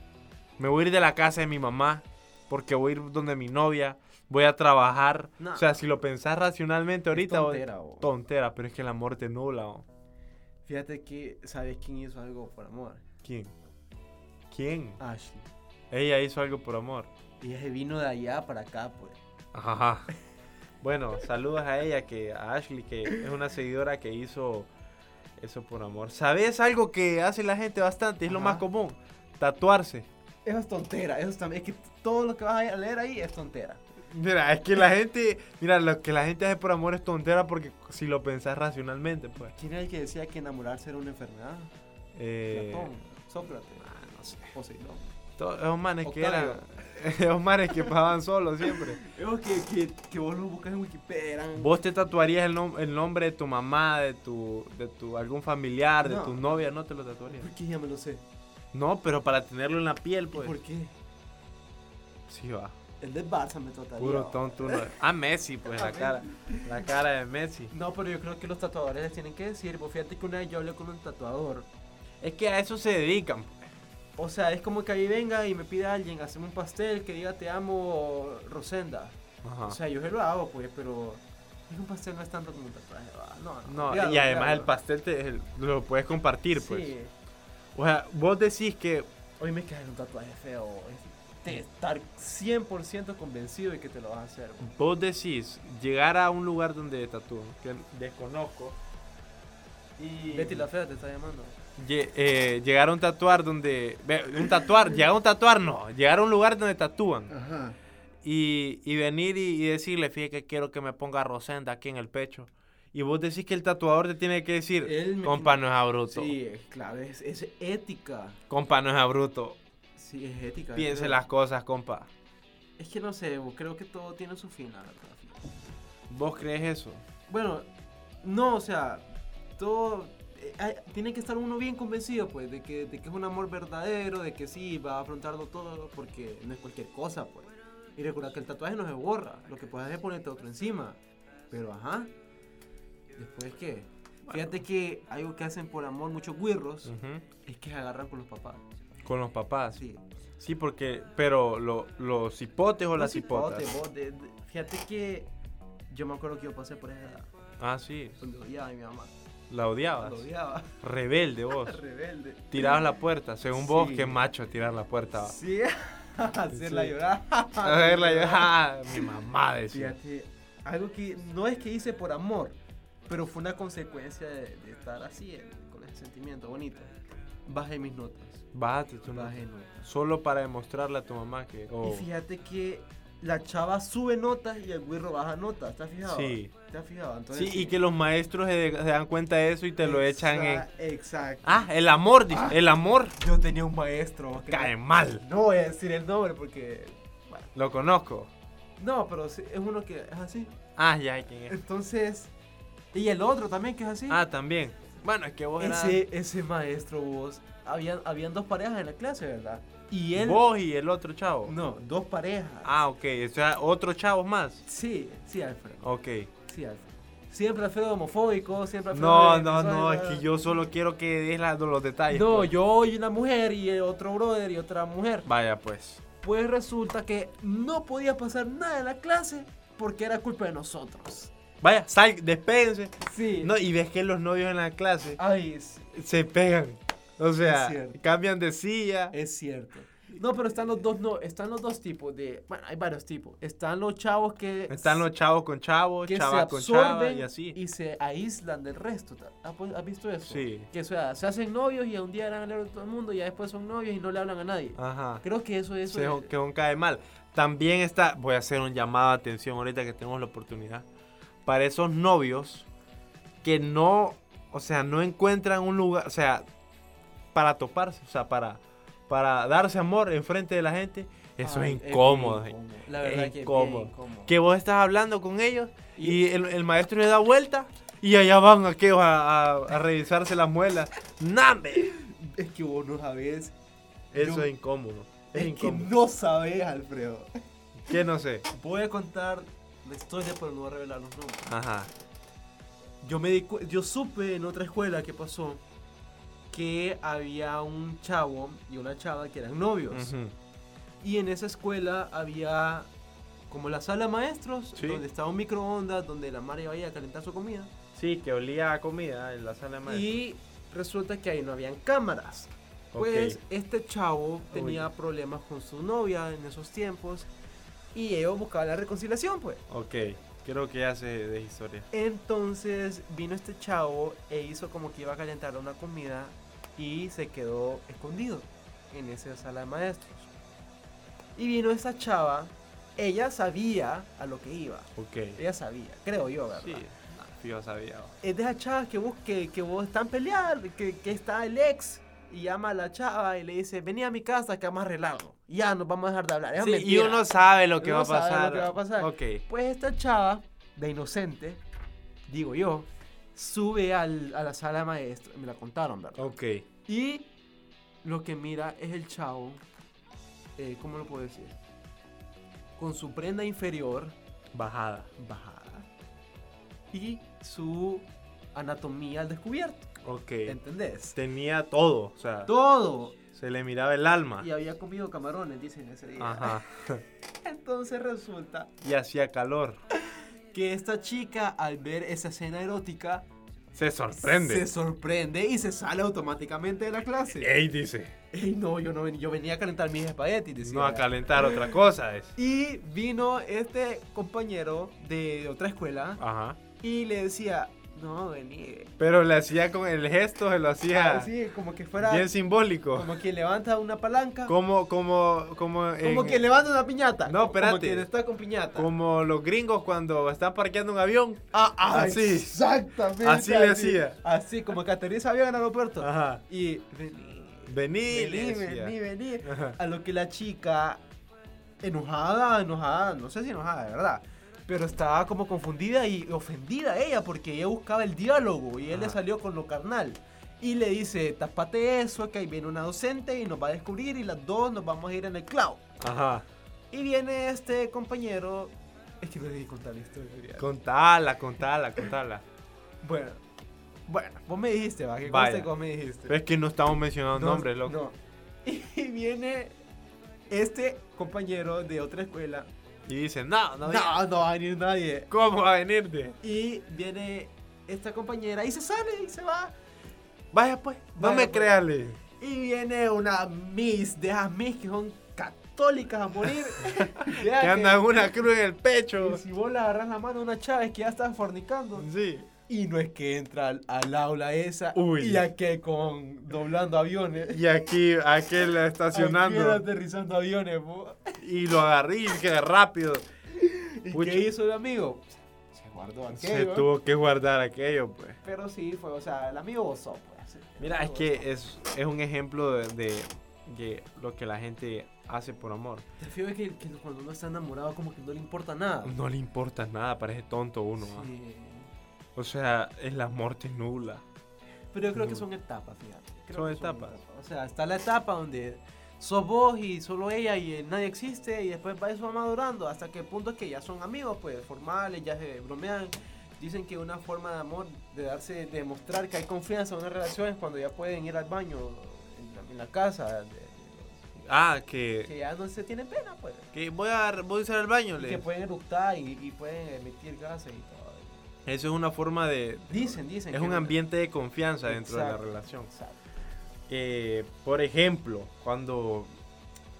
Speaker 1: me voy a ir de la casa de mi mamá porque voy a ir donde mi novia, voy a trabajar.
Speaker 2: No.
Speaker 1: O sea, si lo pensás racionalmente ahorita,
Speaker 2: Es
Speaker 1: vos-
Speaker 2: tontera, bo.
Speaker 1: tontera, pero es que el amor te nubla. bo.
Speaker 2: Fíjate que, ¿sabes quién hizo algo por amor?
Speaker 1: ¿Quién? ¿Quién?
Speaker 2: Ashley.
Speaker 1: Ella hizo algo por amor.
Speaker 2: Y ella se vino de allá para acá, pues.
Speaker 1: Ajá. Bueno, saludos a ella, que a Ashley, que es una seguidora que hizo eso por amor. ¿Sabes algo que hace la gente bastante? Es lo
Speaker 2: Ajá.
Speaker 1: más común. Tatuarse.
Speaker 2: Eso es tontera, eso es también. Es que todo lo que vas a leer ahí es tontera.
Speaker 1: Mira, es que la gente, mira, lo que la gente hace por amor es tontera porque si lo pensás racionalmente, pues.
Speaker 2: ¿Quién era el que decía que enamorarse era una enfermedad?
Speaker 1: Eh,
Speaker 2: Platón, Sócrates,
Speaker 1: ah, no sé.
Speaker 2: Poseidón.
Speaker 1: To- Esos manes que
Speaker 2: Octavio.
Speaker 1: eran, (laughs) esos manes que pasaban solos siempre.
Speaker 2: Eso que, que, que vos lo buscas en Wikipedia. eran-
Speaker 1: ¿Vos te tatuarías el, nom- el nombre de tu mamá, de tu, de tu algún familiar, de
Speaker 2: No.
Speaker 1: tu novia? No te lo tatuarías.
Speaker 2: ¿Por qué ya me lo sé?
Speaker 1: No, pero para tenerlo en la piel,
Speaker 2: ¿Y
Speaker 1: pues.
Speaker 2: por qué?
Speaker 1: Sí, va.
Speaker 2: El de Barça me trataría.
Speaker 1: Puro tonto. uno. Ah, Messi, pues, la cara. La cara de Messi.
Speaker 2: No, pero yo creo que los tatuadores les tienen que decir. Pues fíjate que una vez yo hablé con un tatuador.
Speaker 1: Es que a eso se dedican. pues.
Speaker 2: O sea, es como que ahí venga y me pida alguien, hacerme un pastel que diga te amo, Rosenda.
Speaker 1: Ajá.
Speaker 2: O sea, yo se lo hago, pues, pero es un pastel no es tanto como un tatuaje. va. No, no,
Speaker 1: no,
Speaker 2: olvídalo,
Speaker 1: y además el pues.
Speaker 2: olvídalo.
Speaker 1: pastel te, el- lo puedes compartir, pues.
Speaker 2: Sí.
Speaker 1: O sea, vos decís que
Speaker 2: hoy me queda un tatuaje feo. es de estar 100% convencido de que te lo vas a hacer. pues. güey.
Speaker 1: Vos decís llegar a un lugar donde tatúo, que desconozco, y
Speaker 2: Betty la fea te está llamando.
Speaker 1: lle- eh, llegar a un tatuar donde... ve, Un tatuar, llegar a un tatuar no, llegar a un lugar donde tatúan.
Speaker 3: Ajá.
Speaker 1: y, y venir y, y decirle, fíjate que quiero que me ponga Rosenda aquí en el pecho. Y vos decís que el tatuador te tiene que decir,
Speaker 2: Él me-
Speaker 1: compa no es abruto,
Speaker 2: Sí, es clave, es, es ética.
Speaker 1: compa no es abruto,
Speaker 2: Sí, es ética.
Speaker 1: piense
Speaker 2: es-
Speaker 1: las cosas, compa.
Speaker 2: Es que no sé, bo, creo que todo tiene su final. al final.
Speaker 1: ¿Vos crees eso?
Speaker 2: Bueno, no, o sea, todo... eh, hay- tiene que estar uno bien convencido, pues, de que, de que es un amor verdadero, de que sí, va a afrontarlo todo, porque no es cualquier cosa, pues. Y recuerda que el tatuaje no se borra, lo que puedes hacer es ponerte otro encima. Pero, ajá. Después, ¿qué? Fíjate que algo que hacen por amor muchos guirros
Speaker 1: Ujú.
Speaker 2: es que se agarran con los papás.
Speaker 1: Con los papás. Sí,
Speaker 2: Así.
Speaker 1: porque, pero lo- los cipotes o
Speaker 2: Un
Speaker 1: las
Speaker 2: cipote,
Speaker 1: cipotas.
Speaker 2: vos, de- de- fíjate que yo me acuerdo que yo pasé por esa edad,
Speaker 1: Ah, sí,
Speaker 2: donde odiaba a mi mamá.
Speaker 1: la odiabas.
Speaker 2: Lo odiaba, (laughs)
Speaker 1: Rebelde vos.
Speaker 2: rebelde.
Speaker 1: Tirabas la puerta, según vos,
Speaker 2: Sí.
Speaker 1: qué macho tirar la puerta. va.
Speaker 2: Sí, (laughs) hacerla
Speaker 1: Sí.
Speaker 2: llorar.
Speaker 1: (laughs) A ver, la- (laughs) ah, mi mamá decía.
Speaker 2: Fíjate, algo que no es que hice por amor, pero fue una consecuencia de, de estar así, eh, con ese sentimiento bonito. Bajé mis notas.
Speaker 1: Bájate tú, no.
Speaker 2: Bajé notas.
Speaker 1: Solo para demostrarle a tu mamá que... oh,
Speaker 2: Y fíjate que la chava sube notas y el güirro baja notas, ¿te has fijado?
Speaker 1: Sí.
Speaker 2: ¿Te has fijado? Entonces,
Speaker 1: Sí, y que los maestros se, se dan cuenta de eso y te lo echan en...
Speaker 2: Exa- Exacto.
Speaker 1: Ah, el amor, dice, el amor
Speaker 2: Yo tenía un maestro. que-
Speaker 1: cae mal.
Speaker 2: No voy a decir el nombre porque. bueno,
Speaker 1: Lo conozco.
Speaker 2: no, pero sí, es uno que es así.
Speaker 1: Ah, ya, ¿quién es?
Speaker 2: Entonces. Y el otro también que es así.
Speaker 1: Ah, también. Bueno, es que vos eras...
Speaker 2: ese, ese maestro, vos. Habían, habían dos parejas en la clase, ¿verdad? Y él.
Speaker 1: Vos y el otro chavo.
Speaker 2: No, dos parejas.
Speaker 1: Ah, ok, o sea, otro chavo más.
Speaker 2: Sí, sí, Alfredo.
Speaker 1: Ok.
Speaker 2: Sí, Alfredo. Siempre Alfredo homofóbico, siempre Alfredo.
Speaker 1: No,
Speaker 2: de-
Speaker 1: no, no,
Speaker 2: soy-
Speaker 1: es que yo solo quiero que des la- los detalles.
Speaker 2: No,
Speaker 1: pues.
Speaker 2: yo y una mujer y el otro brother y otra mujer.
Speaker 1: Vaya, pues.
Speaker 2: Pues resulta que no podía pasar nada en la clase porque era culpa de nosotros.
Speaker 1: Vaya, sal, despédense.
Speaker 2: Sí.
Speaker 1: No, y ves que los novios en la clase
Speaker 2: Ay, es,
Speaker 1: se pegan. O
Speaker 2: Es
Speaker 1: sea,
Speaker 2: cierto.
Speaker 1: cambian de silla.
Speaker 2: es cierto. No, pero están los dos, no, están los dos tipos de, bueno, hay varios tipos. Están los chavos que
Speaker 1: Están los chavos con chavos,
Speaker 2: que
Speaker 1: chavas
Speaker 2: se
Speaker 1: con chavas
Speaker 2: absorben
Speaker 1: y así.
Speaker 2: se aíslan del resto. ¿Te- ¿Has pu- has visto eso?
Speaker 1: Sí.
Speaker 2: Que o sea, se hacen novios y un día eran el héroe de todo el mundo y ya después son novios y no le hablan a nadie.
Speaker 1: Ajá.
Speaker 2: Creo que eso eso
Speaker 1: Se-
Speaker 2: Ah. es- eh,
Speaker 1: que aún cae mal. También está, voy a hacer un llamado de atención ahorita que tenemos la oportunidad, para esos novios que no, o sea, no encuentran un lugar, o sea, para toparse, o sea, para, para darse amor enfrente de la gente, eso
Speaker 2: Ay,
Speaker 1: es
Speaker 2: bien
Speaker 1: incómodo.
Speaker 2: La
Speaker 1: es
Speaker 2: verdad que es
Speaker 1: incómodo.
Speaker 2: bien incómodo.
Speaker 1: que vos estás hablando con ellos y,
Speaker 2: Y-
Speaker 1: el, el maestro le da vuelta y allá van aquellos a, a, a revisarse las muelas. ¡Nambe!
Speaker 2: Es que vos no sabés.
Speaker 1: Eso
Speaker 2: Yo-
Speaker 1: es incómodo. Es, incómodo.
Speaker 2: no sabés, Alfredo.
Speaker 1: Que no sé.
Speaker 2: Voy a contar la historia, pero no voy a revelar los nombres.
Speaker 1: Ajá.
Speaker 2: Yo me di cu- yo supe en otra escuela que pasó que había un chavo y una chava que eran novios.
Speaker 1: Ujú.
Speaker 2: Y en esa escuela había como la sala de maestros,
Speaker 1: Sí.
Speaker 2: donde estaba un microondas, donde la madre iba a calentar su comida.
Speaker 1: Sí, que olía a comida en la sala de maestros.
Speaker 2: Y resulta que ahí no habían cámaras.
Speaker 1: Ok.
Speaker 2: Pues este chavo
Speaker 1: Uy.
Speaker 2: tenía problemas con su novia en esos tiempos y ellos buscaban la reconciliación, pues.
Speaker 1: Ok, creo que ya sé de historia.
Speaker 2: Entonces vino este chavo e hizo como que iba a calentar una comida y se quedó escondido en esa sala de maestros. Y vino esta chava, ella sabía a lo que iba.
Speaker 1: Ok.
Speaker 2: Ella sabía, creo yo, ¿verdad?
Speaker 1: Sí, yo sabía.
Speaker 2: Es de esas chavas que vos, que, que vos están peleadas, que, que está el ex y llama a la chava y le dice, vení a mi casa que vamos a arreglarlo. Ya nos vamos a dejar de hablar. Es
Speaker 1: Sí, y
Speaker 2: mentira.
Speaker 1: uno sabe lo que
Speaker 2: Uno
Speaker 1: va a
Speaker 2: sabe
Speaker 1: pasar.
Speaker 2: lo que va a pasar.
Speaker 1: Ok.
Speaker 2: Pues esta chava, de inocente, digo yo, sube al- a la sala de maestro, me la contaron, ¿verdad?
Speaker 1: Ok.
Speaker 2: Y lo que mira es el chavo, eh, ¿cómo lo puedo decir? Con su prenda inferior
Speaker 1: Bajada.
Speaker 2: bajada y su anatomía al descubierto,
Speaker 1: Ok.
Speaker 2: ¿entendés?
Speaker 1: Tenía todo. O sea,
Speaker 2: Todo.
Speaker 1: se le miraba el alma.
Speaker 2: Y había comido camarones, dicen ese día.
Speaker 1: Ah. Ajá.
Speaker 2: Entonces resulta
Speaker 1: Y hacía calor.
Speaker 2: que esta chica al ver esa escena erótica
Speaker 1: Se sorprende.
Speaker 2: Se sorprende y se sale automáticamente de la clase.
Speaker 1: Ey, dice.
Speaker 2: Ey, no, yo no ven- yo venía a calentar mis espaguetis, decía.
Speaker 1: No a calentar otra cosa es.
Speaker 2: Y vino este compañero de otra escuela
Speaker 1: Ajá.
Speaker 2: y le decía, no, vení.
Speaker 1: Pero le hacía con el gesto, se lo hacía
Speaker 2: Así, como que Ah, fuera,
Speaker 1: bien simbólico.
Speaker 2: como quien levanta una palanca,
Speaker 1: Como, como, como, en-
Speaker 2: como quien levanta una piñata.
Speaker 1: Eh, No, espérate.
Speaker 2: Como quien está con piñata.
Speaker 1: como los gringos cuando están parqueando un avión.
Speaker 2: Ah, ah,
Speaker 1: Así.
Speaker 2: Exactamente.
Speaker 1: Así le hacía.
Speaker 2: Así, como que aterriza avión en el aeropuerto.
Speaker 1: Ajá.
Speaker 2: Y vení,
Speaker 1: Vení, le
Speaker 2: vení,
Speaker 1: decía.
Speaker 2: vení, vení.
Speaker 1: Ajá.
Speaker 2: A lo que la chica, enojada, enojada, no sé si enojada, de verdad, pero estaba como confundida y ofendida ella porque ella buscaba el diálogo y él le
Speaker 1: Ajá.
Speaker 2: salió con lo carnal. Y le dice, tapate eso, que ahí viene una docente y nos va a descubrir y las dos nos vamos a ir en el clavo.
Speaker 1: Ajá.
Speaker 2: Y viene este compañero, es que no le dije contar la historia.
Speaker 1: Contala, contala, contala.
Speaker 2: Bueno, bueno, vos me dijiste, va, que
Speaker 1: Vaya.
Speaker 2: conste que vos me dijiste.
Speaker 1: Pero es que no estamos mencionando
Speaker 2: No,
Speaker 1: nombres, loco.
Speaker 2: no. (laughs) Y viene este compañero de otra escuela.
Speaker 1: Y dice, no, no, ya.
Speaker 2: No, no va a venir nadie.
Speaker 1: ¿Cómo va a venirte?
Speaker 2: Y viene esta compañera y se sale y se va.
Speaker 1: Vaya pues, no
Speaker 2: Vaya,
Speaker 1: me
Speaker 2: pues.
Speaker 1: créale.
Speaker 2: Y viene una Miss, de esas Miss que son católicas
Speaker 1: (laughs)
Speaker 2: a morir.
Speaker 1: Que anda una cruz en el pecho.
Speaker 2: y si vos le agarras la mano a una chava es que ya están fornicando.
Speaker 1: Sí.
Speaker 2: Y no es que entra al, al aula esa
Speaker 1: Uy.
Speaker 2: y ya que con doblando aviones.
Speaker 1: Y aquí, aquel
Speaker 2: Aquí
Speaker 1: estacionando.
Speaker 2: aterrizando aviones, po.
Speaker 1: Y lo agarré y que rápido.
Speaker 2: ¿Y
Speaker 1: Pucha.
Speaker 2: qué hizo el amigo? Se guardó
Speaker 1: Se
Speaker 2: aquello.
Speaker 1: tuvo que guardar aquello, pues.
Speaker 2: Pero sí, fue, o sea, el amigo gozó, pues. El
Speaker 1: Mira, es
Speaker 2: amigo gozó.
Speaker 1: que es, es un ejemplo de, de- de lo que la gente hace por amor.
Speaker 2: Te fijas que, que cuando uno está enamorado, como que no le importa nada.
Speaker 1: No le importa nada, parece tonto uno. ¿ah?
Speaker 2: Sí.
Speaker 1: O sea, el amor te nubla.
Speaker 2: Pero yo creo que
Speaker 1: No.
Speaker 2: son etapas, fíjate. Creo
Speaker 1: Son
Speaker 2: que
Speaker 1: etapas.
Speaker 2: O sea, está la etapa donde sos vos y solo ella y eh, nadie existe, y después va eso va madurando hasta que el punto es que ya son amigos, pues, formales, ya se bromean. Dicen que una forma de amor, de darse, de mostrar que hay confianza en una relación es cuando ya pueden ir al baño en la, en la casa, de- de-
Speaker 1: Ah, que,
Speaker 2: que ya no se tiene pena, pues.
Speaker 1: que voy, a, voy a usar el baño.
Speaker 2: Y
Speaker 1: le
Speaker 2: que
Speaker 1: dice.
Speaker 2: pueden eructar y, y pueden emitir gases y todo.
Speaker 1: Eso es una forma de... de-
Speaker 2: Dicen, dicen.
Speaker 1: Es
Speaker 2: que
Speaker 1: un
Speaker 2: no-
Speaker 1: ambiente de confianza dentro de la
Speaker 2: Exacto,
Speaker 1: relación.
Speaker 2: exacto.
Speaker 1: Que, por ejemplo, cuando...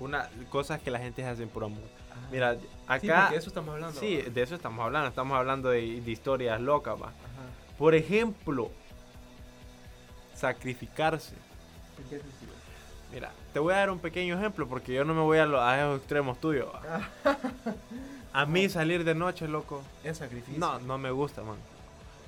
Speaker 1: Una, cosas que la gente hace por amor. Mira,
Speaker 2: Sí,
Speaker 1: acá...
Speaker 2: porque de eso estamos hablando.
Speaker 1: Sí,
Speaker 2: ¿va?
Speaker 1: de eso estamos hablando. Estamos hablando de, de historias locas, va.
Speaker 2: Ajá.
Speaker 1: Por ejemplo, sacrificarse.
Speaker 2: ¿En qué sentido?
Speaker 1: Mira, te voy a dar un pequeño ejemplo porque yo no me voy a, los, a esos extremos tuyos. va. A mí salir de noche, loco,
Speaker 2: Es sacrificio.
Speaker 1: no, no me gusta, man.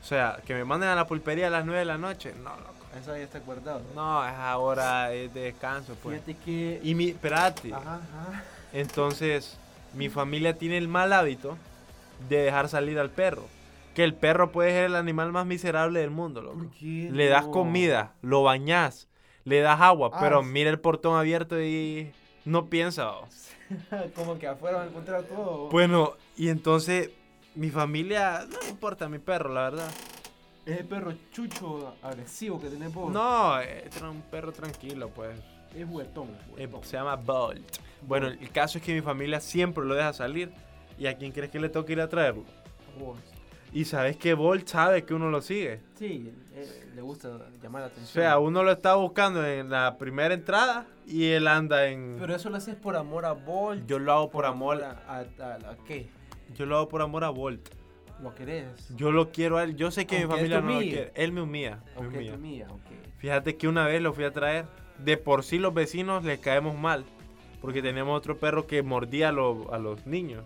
Speaker 1: O sea, que me manden a la pulpería a las 9 de la noche, no, loco.
Speaker 2: Eso ya está guardado.
Speaker 1: No, es ahora es de descanso, pues.
Speaker 2: Fíjate que.
Speaker 1: Y mi, espérate,
Speaker 2: Ajá, ajá.
Speaker 1: entonces mi familia tiene el mal hábito de dejar salir al perro. Que el perro puede ser el animal más miserable del mundo, loco.
Speaker 2: qué?
Speaker 1: Le das
Speaker 2: no?
Speaker 1: comida, lo bañás, le das agua,
Speaker 2: Ah,
Speaker 1: pero
Speaker 2: sí.
Speaker 1: mira el portón abierto y no piensa. ¿o?
Speaker 2: (laughs) como que afuera van a encontrar todo.
Speaker 1: Bueno, y entonces mi familia, no me importa mi perro, la verdad.
Speaker 2: es el perro chucho agresivo que tenés vos.
Speaker 1: No, es un perro tranquilo, pues.
Speaker 2: Es juguetón.
Speaker 1: Eh,
Speaker 2: juguetón.
Speaker 1: se llama Bolt. Bueno, el caso es que mi familia siempre lo deja salir. ¿Y a quién crees que le toca ir a traerlo?
Speaker 2: Vos.
Speaker 1: Y sabes que Bolt sabe que uno lo sigue.
Speaker 2: Sí, eh, le gusta llamar la
Speaker 1: O
Speaker 2: atención.
Speaker 1: sea, uno lo está buscando en la primera entrada y él anda en...
Speaker 2: Pero eso lo haces por amor a Bol.
Speaker 1: yo lo hago por amor.
Speaker 2: a, a, a- ¿a qué?
Speaker 1: Yo lo hago por amor a Bolt.
Speaker 2: Lo querés.
Speaker 1: Yo lo quiero a él. Yo sé que mi
Speaker 2: Aunque él
Speaker 1: familia
Speaker 2: te
Speaker 1: no lo
Speaker 2: humille.
Speaker 1: quiere. Él me humilla. me
Speaker 2: Aunque
Speaker 1: humilla.
Speaker 2: es mía, ok.
Speaker 1: Fíjate que una vez lo fui a traer. De por sí los vecinos les caemos mal. Porque teníamos otro perro que mordía a, los- a los niños.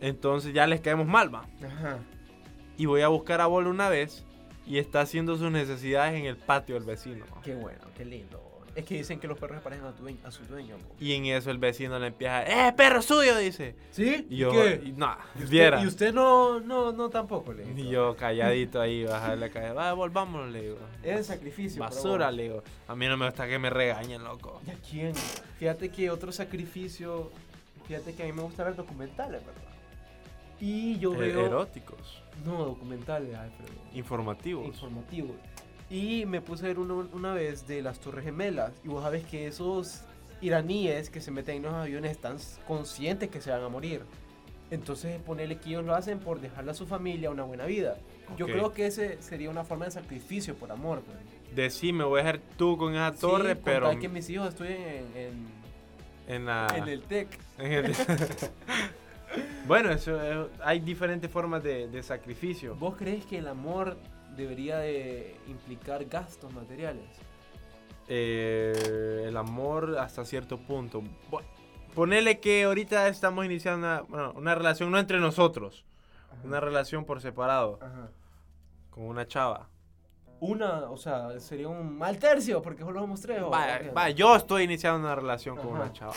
Speaker 1: Entonces ya les caemos mal, va.
Speaker 2: Ajá.
Speaker 1: Y voy a buscar a Bol una vez. Y está haciendo sus necesidades en el patio del vecino. va.
Speaker 2: Qué bueno, qué lindo. Es que dicen que los perros se parecen a, tu dueño- a su dueño. po.
Speaker 1: Y en eso el vecino le empieza, ¡eh, perro suyo! Dice.
Speaker 2: ¿Sí?
Speaker 1: Y yo, y,
Speaker 2: ¿Qué?
Speaker 1: no,
Speaker 2: ¿Y usted-
Speaker 1: viera.
Speaker 2: Y usted no, no, no tampoco le.
Speaker 1: Y yo calladito ahí, bajarle la cabeza. Va, Bol, vámonos", le digo.
Speaker 2: Es sacrificio. pero
Speaker 1: Basura,
Speaker 2: bueno.
Speaker 1: le digo. A mí no me gusta que me regañen, loco.
Speaker 2: ¿Y a quién? Fíjate que otro sacrificio. Fíjate que a mí me gusta ver documentales, ¿verdad? Y yo
Speaker 1: Eh,
Speaker 2: veo.
Speaker 1: eróticos,
Speaker 2: No, documentales, Alfredo.
Speaker 1: informativos.
Speaker 2: Informativo. Y me puse a ver uno una vez de las Torres Gemelas. Y vos sabes que esos iraníes que se meten en los aviones están s- conscientes que se van a morir. Entonces, ponerle que ellos lo hacen por dejarle a su familia una buena vida. Yo
Speaker 1: Ok.
Speaker 2: creo que ese sería una forma de sacrificio por amor. pues.
Speaker 1: Decime, voy a ser tú con esa
Speaker 2: Sí,
Speaker 1: torre,
Speaker 2: con
Speaker 1: pero Ah.
Speaker 2: tal que mis hijos estudien en, en-
Speaker 1: en la...
Speaker 2: en el E TEC.
Speaker 1: en el- (laughs) bueno, eso, eh, hay diferentes formas de, de sacrificio.
Speaker 2: ¿Vos crees que el amor debería de implicar gastos materiales?
Speaker 1: Eh, el amor hasta cierto punto. Bu- Ponele que ahorita estamos iniciando una, bueno, una relación, no entre nosotros, una relación por separado,
Speaker 2: Ajá.
Speaker 1: con una chava.
Speaker 2: Una, o sea, sería un mal tercio porque solo somos tres. ¿o
Speaker 1: Va,
Speaker 2: qué?
Speaker 1: va, yo estoy iniciando una relación con
Speaker 2: Ajá.
Speaker 1: una chava.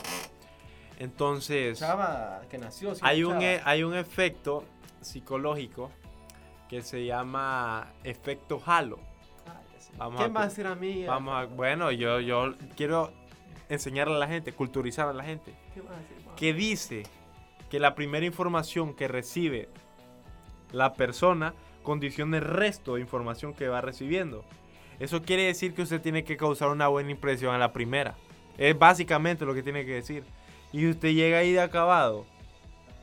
Speaker 1: Entonces,
Speaker 2: Chava que nació. siendo
Speaker 1: hay un,
Speaker 2: chava.
Speaker 1: e- hay un efecto psicológico que se llama efecto halo.
Speaker 2: Ay, ya sé.
Speaker 1: Vamos
Speaker 2: ¿Quién
Speaker 1: a-
Speaker 2: va a ser amiga?
Speaker 1: Vamos a, bueno, yo, yo quiero enseñarle a la gente, culturizar a la gente.
Speaker 2: ¿Quién va a ser mamá?
Speaker 1: que dice que la primera información que recibe la persona condiciona el resto de información que va recibiendo. Eso quiere decir que usted tiene que causar una buena impresión a la primera. Es básicamente lo que tiene que decir. Y usted llega ahí de acabado.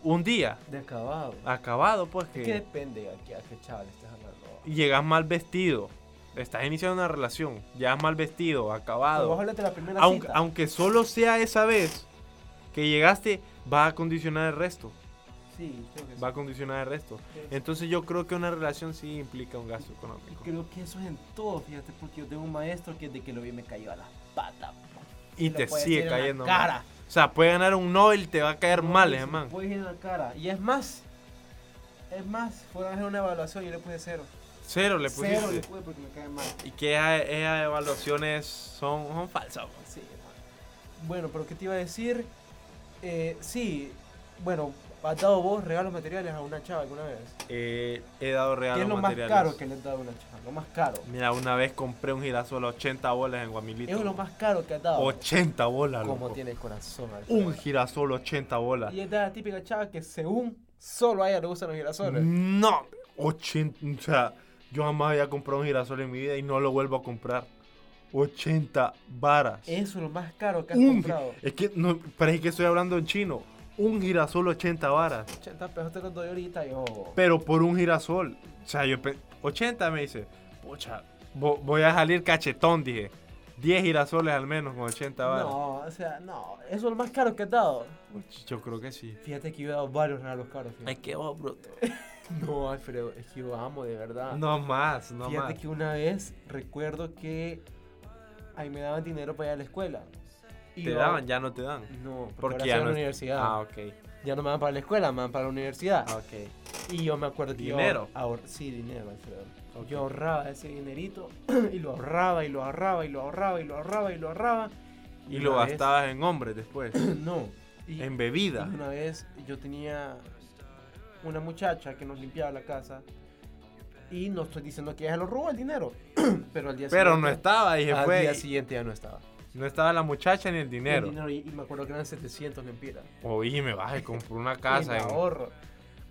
Speaker 1: Un día,
Speaker 2: De acabado.
Speaker 1: acabado pues
Speaker 2: Es que
Speaker 1: que
Speaker 2: depende a qué, a qué chava le estás hablando.
Speaker 1: llegas mal vestido. Estás iniciando una relación. Llegas mal vestido, acabado.
Speaker 2: Vamos a hablar de la primera
Speaker 1: aunque,
Speaker 2: cita.
Speaker 1: aunque solo sea esa vez que llegaste, va a condicionar el resto.
Speaker 2: Sí, creo que sí.
Speaker 1: va a condicionar el resto.
Speaker 2: Creo que sí.
Speaker 1: Entonces yo creo que una relación sí implica un gasto económico.
Speaker 2: Creo que eso es en todo, fíjate, porque yo tengo un maestro que de que lo vi me cayó a las patas.
Speaker 1: Y
Speaker 2: lo
Speaker 1: te
Speaker 2: puedes
Speaker 1: sigue
Speaker 2: decir en la
Speaker 1: cayendo. mal.
Speaker 2: cara.
Speaker 1: O sea, puede ganar un Nobel, te va a caer mal, eh, man.
Speaker 2: Puedes ir en la cara. Y es más, es más, fueron a hacer una evaluación y yo le puse cero.
Speaker 1: Cero le pusiste.
Speaker 2: Cero le puse porque me cae mal.
Speaker 1: Y que esa- esas evaluaciones son, son falsas. pues.
Speaker 2: Sí, hermano. bueno, pero ¿qué te iba a decir? Eh, sí, bueno, ¿has dado vos regalos materiales a una chava alguna vez?
Speaker 1: Eh, he dado
Speaker 2: ¿Qué
Speaker 1: regalos
Speaker 2: es lo más
Speaker 1: materiales.
Speaker 2: caro que le has dado a una chava? Lo más caro.
Speaker 1: Mira, una vez compré un girasol a 80 bolas en Guamilito.
Speaker 2: Eso es lo más caro que has dado.
Speaker 1: 80 bolas,
Speaker 2: Como
Speaker 1: loco.
Speaker 2: tiene el corazón. Alfredo.
Speaker 1: Un girasol 80 bolas.
Speaker 2: Y es de la típica chava que según solo a ella le gustan los girasoles.
Speaker 1: No, 80, o sea, yo jamás había comprado un girasol en mi vida y no lo vuelvo a comprar. 80 varas.
Speaker 2: Eso es lo más caro que has
Speaker 1: Un gi-
Speaker 2: comprado.
Speaker 1: es que no, parece que estoy hablando en chino. Un girasol 80 varas,
Speaker 2: 80 pesos te los doy ahorita oh. yo.
Speaker 1: pero por un girasol. O sea, yo pe- 80 me dice, pucha, vo- voy a salir cachetón, dije. 10 girasoles al menos con 80 varas.
Speaker 2: No, o sea, no. Eso es lo más caro que has dado.
Speaker 1: Uch, Yo creo que sí.
Speaker 2: Fíjate que yo he dado varios regalos caros. fíjate.
Speaker 1: que vos, bruto.
Speaker 2: No, Alfredo, es que yo amo de
Speaker 1: (laughs)
Speaker 2: verdad.
Speaker 1: No más, no
Speaker 2: Fíjate
Speaker 1: más.
Speaker 2: que una vez recuerdo que ahí me daban dinero para ir a la escuela. Y
Speaker 1: Te
Speaker 2: yo-
Speaker 1: daban, ya no te dan.
Speaker 2: No, porque,
Speaker 1: Porque
Speaker 2: ahora
Speaker 1: ya
Speaker 2: soy de
Speaker 1: no
Speaker 2: la
Speaker 1: es-
Speaker 2: universidad.
Speaker 1: Ah, ok.
Speaker 2: Ya no me dan para la escuela, me dan para la universidad.
Speaker 1: ah, ok.
Speaker 2: Y yo me acuerdo que yo
Speaker 1: ¿Dinero?
Speaker 2: ahor- sí, dinero, Alfredo.
Speaker 1: Ok.
Speaker 2: Yo ahorraba ese dinerito (clears throat) y lo ahorraba y lo ahorraba y lo ahorraba y lo ahorraba y lo ahorraba.
Speaker 1: Y lo
Speaker 2: una vez-
Speaker 1: gastabas en hombres después.
Speaker 2: (clears throat) No. Y,
Speaker 1: en
Speaker 2: y
Speaker 1: bebida.
Speaker 2: una vez yo tenía una muchacha que nos limpiaba la casa y no estoy diciendo que ella lo robó el dinero, (clears throat) pero al día
Speaker 1: Pero no
Speaker 2: siguiente,
Speaker 1: estaba y
Speaker 2: al
Speaker 1: fue.
Speaker 2: día siguiente ya no estaba.
Speaker 1: No estaba la muchacha ni el
Speaker 2: El
Speaker 1: dinero.
Speaker 2: dinero y, y me acuerdo que eran 700 lempiras.
Speaker 1: Oye, me vas a comprar una
Speaker 2: Y
Speaker 1: casa.
Speaker 2: me
Speaker 1: en-
Speaker 2: ahorro.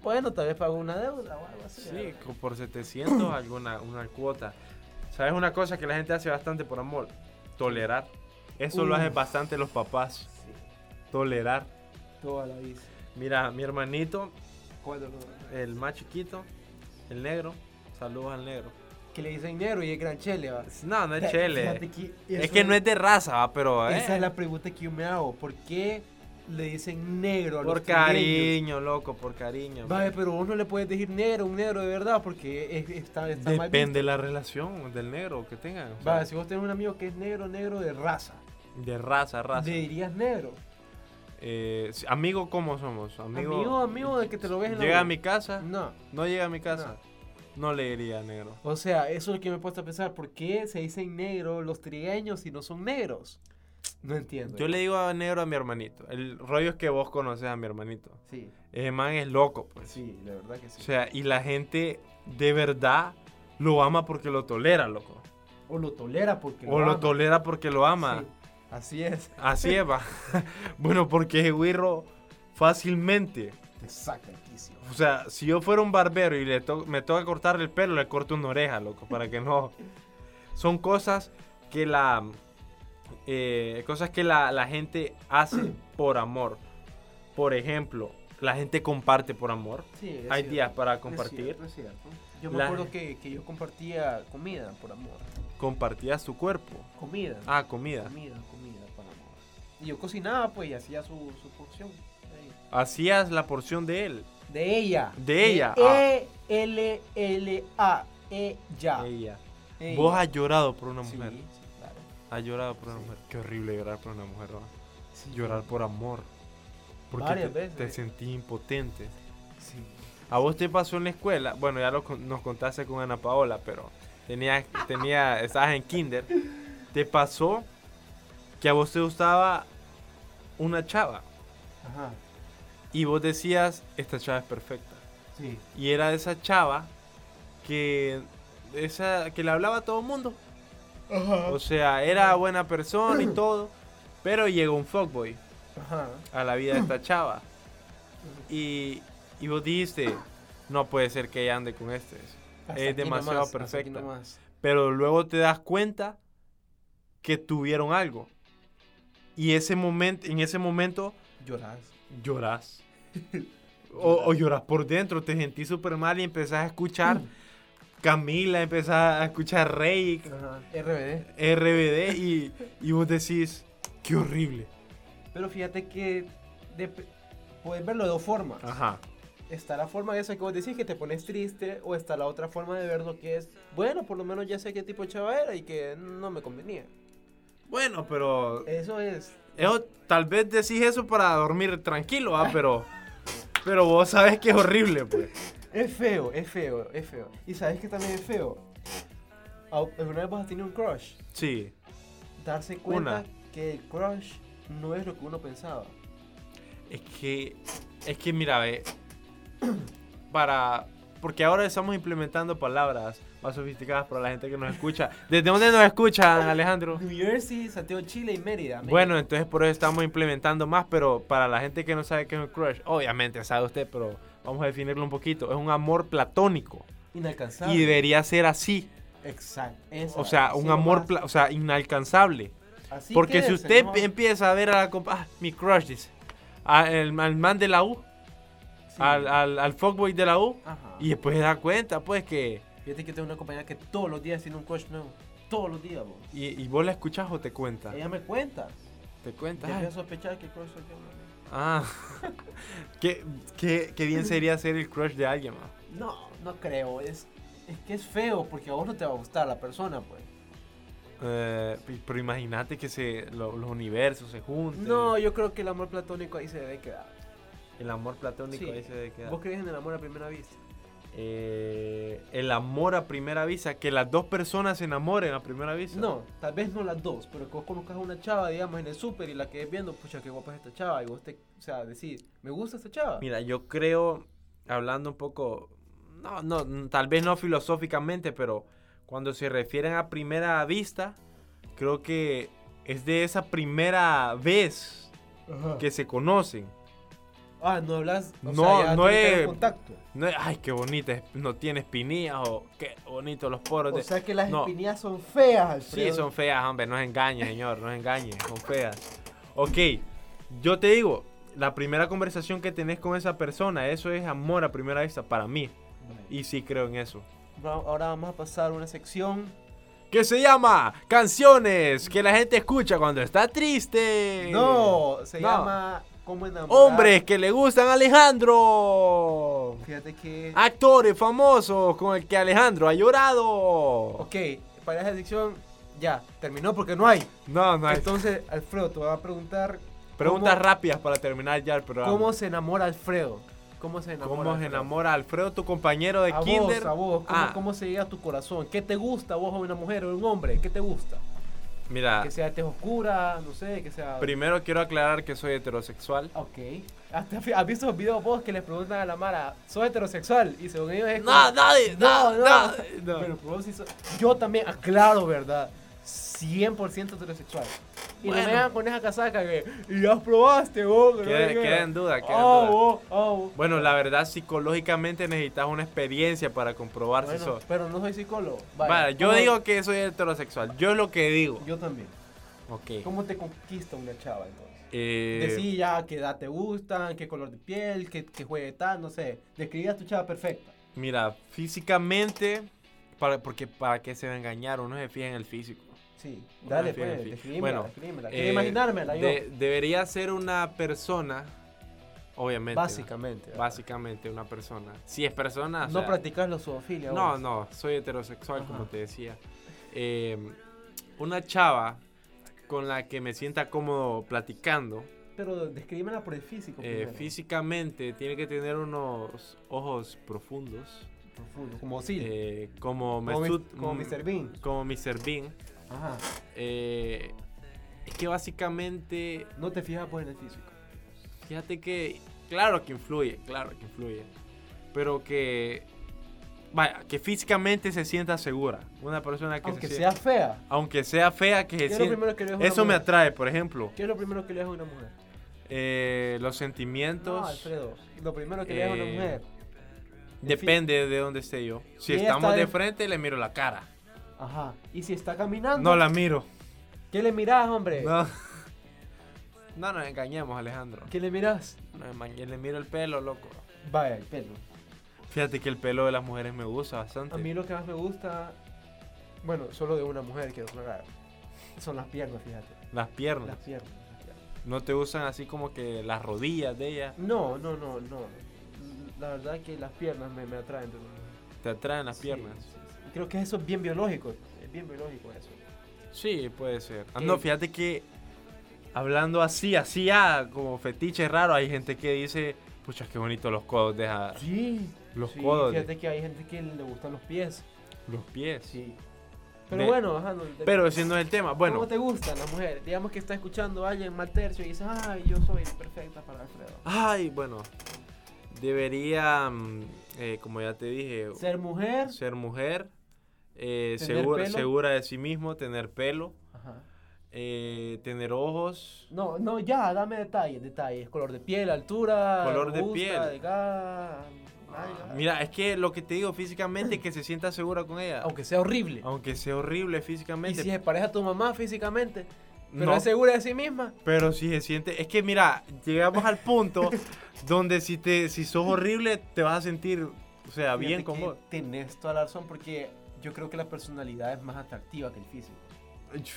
Speaker 2: Bueno, tal vez pago una deuda o algo así.
Speaker 1: Sí, co- por 700 alguna una cuota. ¿Sabes una cosa que la gente hace bastante por amor? Tolerar. Eso lo
Speaker 2: Uf.
Speaker 1: hacen bastante los papás.
Speaker 2: Sí,
Speaker 1: Tolerar.
Speaker 2: toda la bici.
Speaker 1: Mira, mi hermanito,
Speaker 2: Cuatro-
Speaker 1: el más chiquito, el negro. Saludos al negro.
Speaker 2: Que le dicen negro y es gran chele, va.
Speaker 1: No, no
Speaker 2: (laughs)
Speaker 1: es
Speaker 2: Fe-
Speaker 1: chele.
Speaker 2: fíjate que
Speaker 1: Es
Speaker 2: eso
Speaker 1: que no es de raza, va, pero.
Speaker 2: Esa
Speaker 1: eh,
Speaker 2: es la pregunta que yo me hago. ¿Por qué le dicen negro a los
Speaker 1: por
Speaker 2: cariño
Speaker 1: cariño, loco, por cariño.
Speaker 2: Vale, pero vos no le puedes decir negro, un negro de verdad, porque es- está, está mal visto.
Speaker 1: Depende de la relación del negro que tengan. o sea,
Speaker 2: Vale, si vos tenés un amigo que es negro, negro de raza,
Speaker 1: de raza, raza.
Speaker 2: le dirías negro.
Speaker 1: Eh, si- amigo, ¿cómo somos? Amigo,
Speaker 2: Amigo, amigo, de que te lo ves en la
Speaker 1: Llega a
Speaker 2: U.
Speaker 1: mi casa,
Speaker 2: No,
Speaker 1: no llega a mi casa. No, le diría negro.
Speaker 2: o sea, eso es lo que me he puesto a pensar. ¿Por qué se dicen negro los trigueños si no son negros? No entiendo.
Speaker 1: Yo le digo a negro a mi hermanito. El rollo es que vos conoces a mi hermanito.
Speaker 2: Sí,
Speaker 1: Ese man es loco, pues.
Speaker 2: sí, la verdad que sí.
Speaker 1: O sea, y la gente de verdad lo ama porque lo tolera, loco.
Speaker 2: O lo tolera porque
Speaker 1: O lo
Speaker 2: ama.
Speaker 1: tolera porque lo ama.
Speaker 2: Sí, así es. (laughs)
Speaker 1: Así es, va. (laughs) bueno, porque ese güirro fácilmente
Speaker 2: Te saca el quicio.
Speaker 1: O sea, si yo fuera un barbero y le to- me toca cortarle el pelo, le corto una oreja, loco, para que no. Son cosas que la. eh, cosas que la, la gente
Speaker 2: (clears throat)
Speaker 1: hace por amor. Por ejemplo, la gente comparte por amor.
Speaker 2: Sí, es
Speaker 1: Hay
Speaker 2: cierto.
Speaker 1: días para
Speaker 2: Es
Speaker 1: compartir.
Speaker 2: cierto, es cierto. Yo me
Speaker 1: La-
Speaker 2: acuerdo que, que yo compartía comida por amor.
Speaker 1: Compartías tu cuerpo.
Speaker 2: Comida.
Speaker 1: Ah, comida.
Speaker 2: Comida, comida por amor. Y yo cocinaba, pues, y hacía su, su porción. ahí.
Speaker 1: Hacías la porción de él.
Speaker 2: De ella. E,
Speaker 1: De ella, ah.
Speaker 2: E-L-L-A. Ella.
Speaker 1: Ella.
Speaker 2: Ella.
Speaker 1: Vos has llorado por una
Speaker 2: Sí,
Speaker 1: mujer.
Speaker 2: sí, claro.
Speaker 1: Has llorado por una
Speaker 2: Sí.
Speaker 1: mujer. Qué horrible llorar por una mujer. ¿va?
Speaker 2: Sí.
Speaker 1: Llorar por amor. Porque
Speaker 2: Varias
Speaker 1: te,
Speaker 2: veces.
Speaker 1: te sentí impotente.
Speaker 2: Sí.
Speaker 1: ¿A vos te pasó en la escuela? Bueno, ya lo con- nos contaste con Ana Paola, pero tenía, tenía, estabas en kinder. ¿Te pasó que a vos te gustaba una chava?
Speaker 2: Ajá.
Speaker 1: Y vos decías, esta chava es perfecta.
Speaker 2: Sí.
Speaker 1: Y era esa chava que, esa, que le hablaba a todo el mundo.
Speaker 2: Ajá.
Speaker 1: O sea, era buena persona y todo. Pero llegó un fuckboy
Speaker 2: Ajá.
Speaker 1: a la vida de esta chava. Y, y vos dijiste, no puede ser que ella ande con este.
Speaker 2: Hasta
Speaker 1: Es
Speaker 2: aquí
Speaker 1: demasiado
Speaker 2: nomás, hasta aquí
Speaker 1: perfecta.
Speaker 2: nomás.
Speaker 1: Pero luego te das cuenta que tuvieron algo. Y ese momento, en ese momento
Speaker 2: Llorás.
Speaker 1: llorás. O, o llorás por dentro, te sentís súper mal y empezás a escuchar Camila, empezás a escuchar Rey,
Speaker 2: Ajá. RBD.
Speaker 1: RBD y, y vos decís, qué horrible.
Speaker 2: Pero fíjate que dep- puedes verlo de dos formas.
Speaker 1: Ajá.
Speaker 2: Está la forma de esa que vos decís que te pones triste, o está la otra forma de verlo que es, bueno, por lo menos ya sé qué tipo de chava era y que no me convenía.
Speaker 1: Bueno, pero
Speaker 2: Eso es.
Speaker 1: Eso, tal vez decís eso para dormir tranquilo, ¿ah? pero, pero vos sabes que es horrible, pues.
Speaker 2: Es feo, es feo, es feo. Y sabes que también es feo. Au- ¿Alguna vez vas a tener un crush?
Speaker 1: Sí.
Speaker 2: Darse cuenta
Speaker 1: Una.
Speaker 2: que el crush no es lo que uno pensaba.
Speaker 1: Es que, es que mira, ve, (clears throat) para, porque ahora estamos implementando palabras más sofisticadas para la gente que nos escucha. ¿Desde dónde nos escuchan, Alejandro?
Speaker 2: New Jersey, Santiago, Chile y Mérida. México.
Speaker 1: Bueno, entonces por eso estamos implementando más, pero para la gente que no sabe qué es un crush, obviamente sabe usted, pero vamos a definirlo un poquito. Es un amor platónico
Speaker 2: inalcanzable.
Speaker 1: y debería ser así,
Speaker 2: Exacto.
Speaker 1: o sea, un amor, pla- o sea, inalcanzable. Porque si usted em- empie- empieza a ver a la compa, ah, mi crush dice, a- el- al man de la U, al, al, al fuckboy de la U,
Speaker 2: Ajá.
Speaker 1: y después se da cuenta, pues, que...
Speaker 2: Fíjate que tengo una compañera que todos los días tiene un crush nuevo. Todos los días, vos.
Speaker 1: Y, y vos la escuchás o te cuenta.
Speaker 2: Ella me cuenta.
Speaker 1: Te
Speaker 2: Ya
Speaker 1: cuenta.
Speaker 2: voy a
Speaker 1: ay,
Speaker 2: sospechar que el crush soy yo. man.
Speaker 1: Ah, (laughs) qué, qué- qué bien sería ser el crush de alguien, ma.
Speaker 2: No, no creo. Es, es que es feo porque a vos no te va a gustar la persona, pues.
Speaker 1: Eh, pe- pero imagínate que se, lo- los universos se junten.
Speaker 2: No, yo creo que el amor platónico ahí se debe quedar.
Speaker 1: El amor platónico
Speaker 2: Sí.
Speaker 1: ahí se debe quedar.
Speaker 2: ¿Vos crees en el amor a primera vista?
Speaker 1: Eh, el amor a primera vista, que las dos personas se enamoren a primera vista.
Speaker 2: No, tal vez no las dos, pero que vos conozcas a una chava, digamos, en el súper y la quedes viendo, pucha, qué guapa es esta chava. Y vos te, o sea, decís, me gusta esta chava.
Speaker 1: Mira, yo creo, hablando un poco, no, no, n- tal vez no filosóficamente, pero cuando se refieren a primera vista, creo que es de esa primera vez que se conocen.
Speaker 2: Ah, no hablas. o
Speaker 1: No,
Speaker 2: sea, ya
Speaker 1: no
Speaker 2: tiene que
Speaker 1: es-
Speaker 2: haber contacto.
Speaker 1: No es, ay, qué bonita, es- no tiene espinillas o qué bonito los poros.
Speaker 2: O
Speaker 1: de-".
Speaker 2: sea que las
Speaker 1: no.
Speaker 2: espinillas son feas,
Speaker 1: sí,
Speaker 2: Alfredo.
Speaker 1: son feas, hombre, no se engañe, señor, no se engañe, son feas. Ok, yo te digo, la primera conversación que tenés con esa persona, eso es amor a primera vista para mí. Y sí creo en eso.
Speaker 2: Bra- Ahora vamos a pasar a una sección.
Speaker 1: que se llama Canciones que la gente escucha cuando está triste.
Speaker 2: No, se
Speaker 1: no.
Speaker 2: llama ¿Cómo enamorar?
Speaker 1: Hombres que le gustan a Alejandro.
Speaker 2: Fíjate que.
Speaker 1: Ah. Actores famosos con el que Alejandro ha llorado.
Speaker 2: Ok, para esa sección ya terminó porque no hay.
Speaker 1: No, no hay.
Speaker 2: Entonces, Alfredo, te voy a preguntar.
Speaker 1: Preguntas
Speaker 2: cómo-
Speaker 1: rápidas para terminar ya el programa.
Speaker 2: ¿Cómo se enamora Alfredo? ¿Cómo se enamora?
Speaker 1: ¿Cómo se
Speaker 2: Alfredo?
Speaker 1: enamora Alfredo, tu compañero de
Speaker 2: A
Speaker 1: kinder?
Speaker 2: vos, a vos. ¿Cómo,
Speaker 1: Ah.
Speaker 2: cómo se llega a tu corazón? ¿Qué te gusta a vos, a una mujer o a un hombre? ¿Qué te gusta?
Speaker 1: Mira,
Speaker 2: Que sea tez oscura, no sé, que sea.
Speaker 1: primero quiero aclarar que soy heterosexual.
Speaker 2: Ok. Hasta fi- ¿Has visto los videos vos que les preguntan a la Mara, ¿sos heterosexual? Y según ellos es
Speaker 1: No,
Speaker 2: como,
Speaker 1: nadie, no, no, no.
Speaker 2: Pero vos sí sos- Yo también, aclaro, ¿verdad? 100% heterosexual. Y
Speaker 1: Bueno.
Speaker 2: no me hagan con esa casaca que, y ya probaste vos. que no
Speaker 1: Queda-
Speaker 2: sé qué".
Speaker 1: queda en duda, queda en
Speaker 2: Ah,
Speaker 1: duda.
Speaker 2: vos, ah, vos.
Speaker 1: Bueno, la verdad, psicológicamente necesitas una experiencia para comprobar si
Speaker 2: Bueno,
Speaker 1: sos.
Speaker 2: pero no soy psicólogo. Vaya,
Speaker 1: Vale, yo
Speaker 2: ¿cómo-
Speaker 1: digo que soy heterosexual. Yo lo que digo.
Speaker 2: Yo también.
Speaker 1: Ok.
Speaker 2: ¿Cómo te conquista una chava entonces?
Speaker 1: Eh,
Speaker 2: Decí ya qué edad te gustan, qué color de piel, qué, qué juegue tal, no sé. Describías tu chava perfecta.
Speaker 1: Mira, físicamente, para, porque para qué se va a engañar, uno se fija en el físico.
Speaker 2: Sí,
Speaker 1: Bueno,
Speaker 2: dale,
Speaker 1: en fin, Ah, en
Speaker 2: pues,
Speaker 1: fin.
Speaker 2: descríbemela,
Speaker 1: Bueno,
Speaker 2: descríbemela.
Speaker 1: Eh,
Speaker 2: Quiero imaginármela yo.
Speaker 1: de- debería ser una persona, obviamente. ¿no?
Speaker 2: Básicamente.
Speaker 1: Básicamente una persona. Si es persona, o
Speaker 2: No
Speaker 1: sea,
Speaker 2: practicas los zoofilia.
Speaker 1: No,
Speaker 2: vos.
Speaker 1: no, soy heterosexual, como
Speaker 2: Ajá.
Speaker 1: te decía. Eh, una chava con la que me sienta cómodo platicando.
Speaker 2: Pero descríbemela por el físico.
Speaker 1: eh,
Speaker 2: primero.
Speaker 1: físicamente tiene que tener unos ojos profundos.
Speaker 2: Profundo, Como sí.
Speaker 1: eh, como
Speaker 2: como, mi-
Speaker 1: Mesut-
Speaker 2: como
Speaker 1: mm,
Speaker 2: Mr. Bean.
Speaker 1: Como Mr. Bean.
Speaker 2: Ajá.
Speaker 1: Eh, es que básicamente,
Speaker 2: No te fijas pues en el físico.
Speaker 1: fíjate que, claro que influye, claro que influye. Pero que, vaya, que físicamente se sienta segura. Una persona que
Speaker 2: Aunque
Speaker 1: se
Speaker 2: sea fea.
Speaker 1: aunque sea fea, que se
Speaker 2: ¿Qué es lo
Speaker 1: sienta-
Speaker 2: primero que le ves a una
Speaker 1: Eso me
Speaker 2: mujer?
Speaker 1: atrae, por ejemplo,
Speaker 2: ¿Qué es lo primero que le das a una mujer?
Speaker 1: eh, los
Speaker 2: no,
Speaker 1: sentimientos.
Speaker 2: Alfredo. Lo primero que le das a una
Speaker 1: eh,
Speaker 2: mujer.
Speaker 1: depende de dónde esté yo. Si
Speaker 2: Ella
Speaker 1: estamos
Speaker 2: está
Speaker 1: de
Speaker 2: de-
Speaker 1: frente, le miro la cara.
Speaker 2: Ajá. Y si está caminando.
Speaker 1: No la miro.
Speaker 2: ¿Qué le mirás, hombre?
Speaker 1: No. (laughs) no nos engañemos, Alejandro.
Speaker 2: ¿Qué le mirás?
Speaker 1: No, me engañé, le miro el pelo, loco.
Speaker 2: Vaya, el pelo.
Speaker 1: Fíjate que el pelo de las mujeres me gusta bastante.
Speaker 2: A mí lo que más me gusta. Bueno, solo de una mujer quiero aclarar. Son las piernas, fíjate.
Speaker 1: Las piernas.
Speaker 2: Las piernas. las piernas.
Speaker 1: No te gustan así como que las rodillas de ella.
Speaker 2: No, no, no, no. La verdad que las piernas me, me atraen. de una mujer.
Speaker 1: Te atraen las
Speaker 2: Sí,
Speaker 1: piernas.
Speaker 2: sí, sí. Creo que eso es bien biológico. Es bien biológico eso.
Speaker 1: Sí, puede ser. Ah,
Speaker 2: Eh,
Speaker 1: No, fíjate que hablando así, así, ah, como fetiche raro, hay gente que dice, pucha, qué bonito los codos deja
Speaker 2: Sí.
Speaker 1: Los codos.
Speaker 2: Fíjate que hay gente que le gustan los pies.
Speaker 1: los pies.
Speaker 2: Sí. Pero
Speaker 1: De-
Speaker 2: bueno, ajá, no, de-
Speaker 1: Pero ese no es el tema. Bueno,
Speaker 2: ¿Cómo te gustan las mujeres? Digamos que está escuchando a alguien mal tercio y dices, ay, yo soy perfecta para Alfredo.
Speaker 1: ay, bueno, debería, mm, eh, como ya te dije, ser,
Speaker 2: Ser mujer.
Speaker 1: mujer, eh,
Speaker 2: Tener
Speaker 1: segura,
Speaker 2: pelo.
Speaker 1: segura de sí mismo, tener pelo,
Speaker 2: Ajá.
Speaker 1: eh, tener ojos.
Speaker 2: No, no, ya, dame detalles, detalles. Color de piel, altura.
Speaker 1: Color de
Speaker 2: robusta,
Speaker 1: piel. Ah,
Speaker 2: delgada, nalga.
Speaker 1: Mira, es que lo que te digo físicamente, que se sienta segura con ella.
Speaker 2: Aunque sea horrible.
Speaker 1: Aunque sea horrible
Speaker 2: Y
Speaker 1: físicamente.
Speaker 2: si es pareja a tu mamá físicamente, pero
Speaker 1: no.
Speaker 2: es segura de sí misma.
Speaker 1: Pero si se siente, es que mira, llegamos al
Speaker 2: (laughs)
Speaker 1: punto donde si te si sos horrible te vas a sentir, o sea,
Speaker 2: Fíjate
Speaker 1: bien con
Speaker 2: que
Speaker 1: vos.
Speaker 2: Tenés toda la razón porque yo creo que la personalidad es más atractiva que el físico.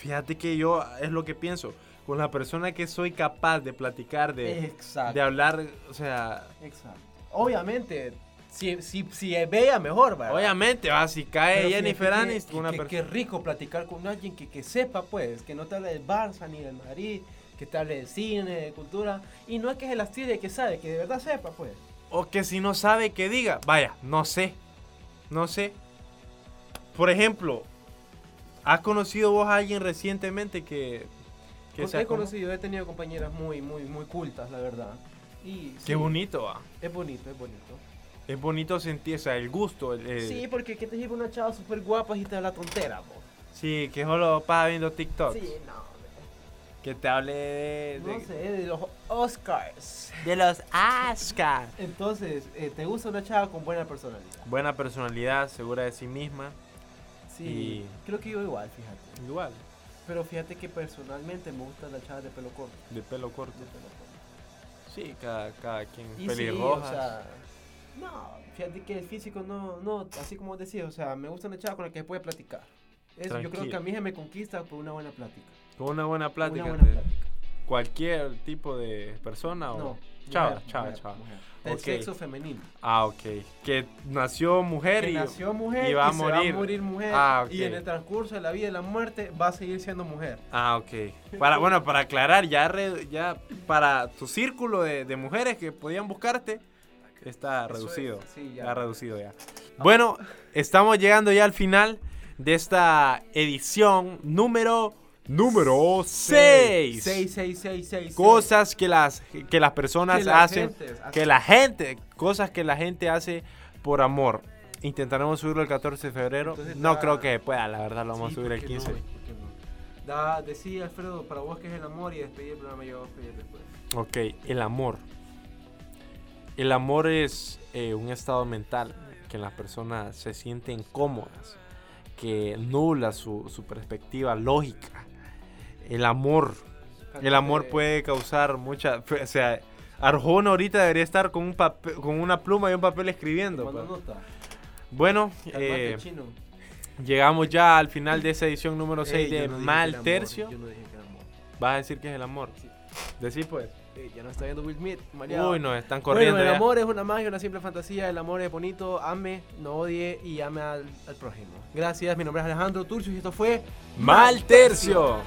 Speaker 1: Fíjate que yo es lo que pienso, con la persona que soy capaz de platicar de
Speaker 2: exacto.
Speaker 1: de hablar, o sea,
Speaker 2: exacto. Obviamente, si, si, si es bella, mejor, ¿verdad?
Speaker 1: obviamente va si cae
Speaker 2: Pero
Speaker 1: Jennifer
Speaker 2: fíjate que-
Speaker 1: Aniston
Speaker 2: que-
Speaker 1: una
Speaker 2: que-
Speaker 1: persona
Speaker 2: Qué rico platicar con alguien que, que sepa, pues, que no te hable del Barça ni del Madrid, que te hable de cine, de cultura, y no es que se las tire, que sabe, que de verdad sepa, pues.
Speaker 1: o que si no sabe que diga, vaya, no sé. No sé. Por ejemplo, ¿has conocido vos a alguien recientemente que que
Speaker 2: Con-
Speaker 1: sea
Speaker 2: he
Speaker 1: como-
Speaker 2: conocido, he tenido compañeras muy, muy, muy cultas, la verdad. Y sí,
Speaker 1: Qué bonito, va.
Speaker 2: Es bonito, es bonito.
Speaker 1: Es bonito sentir, o sea, el gusto. El, el-
Speaker 2: Sí, porque que te lleva una chava súper guapa y te da la tontera, po.
Speaker 1: sí, que solo pasa viendo TikTok.
Speaker 2: Sí, no, hombre.
Speaker 1: Que te hable de, de,
Speaker 2: no sé, de los Oscars.
Speaker 1: de los Asca.
Speaker 2: Entonces, eh, ¿te gusta una chava con buena personalidad?
Speaker 1: Buena personalidad, segura de sí misma.
Speaker 2: Sí.
Speaker 1: Y-
Speaker 2: Creo que yo igual, fíjate.
Speaker 1: Igual,
Speaker 2: Pero fíjate que personalmente me gustan las chavas de pelo corto.
Speaker 1: de pelo corto.
Speaker 2: De pelo corto.
Speaker 1: Sí, cada, cada quien.
Speaker 2: Y
Speaker 1: Pelirrojas.
Speaker 2: sí, o sea, no, fíjate que el físico no, no, así como decía, o sea, me gusta una chava con la que se puede platicar. Eso, yo creo
Speaker 1: Tranquilo.
Speaker 2: que a mí se me conquista por una buena plática.
Speaker 1: Con una buena plática.
Speaker 2: una
Speaker 1: de
Speaker 2: buena plática.
Speaker 1: Cualquier tipo de persona o.
Speaker 2: No.
Speaker 1: Chava,
Speaker 2: mujer,
Speaker 1: chava,
Speaker 2: mujer,
Speaker 1: chava.
Speaker 2: mujer. Del
Speaker 1: Ok.
Speaker 2: sexo femenino.
Speaker 1: Ah, ok. Que nació mujer
Speaker 2: Que
Speaker 1: y.
Speaker 2: nació mujer
Speaker 1: y
Speaker 2: y,
Speaker 1: va a
Speaker 2: se
Speaker 1: morir.
Speaker 2: va a morir mujer.
Speaker 1: Ah, ok.
Speaker 2: Y en el transcurso de la vida y la muerte va a seguir siendo mujer.
Speaker 1: Ah, ok. Para, bueno, para aclarar, ya, re- ya para tu círculo de, de mujeres que podían buscarte, está
Speaker 2: Eso es,
Speaker 1: reducido.
Speaker 2: sí, ya.
Speaker 1: Está reducido ya. Bueno, estamos llegando ya al final de esta edición número número 6.
Speaker 2: 6, 6, 6, 6.
Speaker 1: Cosas que las, que las personas
Speaker 2: Que la
Speaker 1: hacen,
Speaker 2: gente hace.
Speaker 1: que la gente, cosas que la gente hace por amor. Intentaremos subirlo el 14 de febrero.
Speaker 2: Entonces
Speaker 1: no
Speaker 2: está-
Speaker 1: creo que pueda, la verdad lo vamos a subir el 15.
Speaker 2: Da, decí Alfredo, para vos que es el amor y despedir el programa yo voy a despedir después.
Speaker 1: Ok, el amor. El amor es eh, un estado mental que las personas se sienten cómodas, que nubla su, su perspectiva lógica. El amor. El amor puede causar mucha... O sea, Arjona ahorita debería estar con, un papel, con una pluma y un papel escribiendo.
Speaker 2: Tomando
Speaker 1: pa.
Speaker 2: nota.
Speaker 1: Bueno,
Speaker 2: Calmate,
Speaker 1: eh,
Speaker 2: chino.
Speaker 1: llegamos ya al final de esa edición número
Speaker 2: Ey,
Speaker 1: 6
Speaker 2: yo
Speaker 1: de
Speaker 2: no dije que era
Speaker 1: Mal
Speaker 2: amor,
Speaker 1: Tercio.
Speaker 2: Yo no dije que era amor.
Speaker 1: Vas a decir que es el amor.
Speaker 2: Sí.
Speaker 1: Decís pues.
Speaker 2: Ey, ya no está viendo Will Smith, mareado.
Speaker 1: Uy, nos están corriendo.
Speaker 2: Bueno, el
Speaker 1: ya.
Speaker 2: amor es una magia, una simple fantasía. El amor es bonito. Ame, no odie y ame al, al prójimo. Gracias, mi nombre es Alejandro Turcios y esto fue
Speaker 1: Mal Tercio.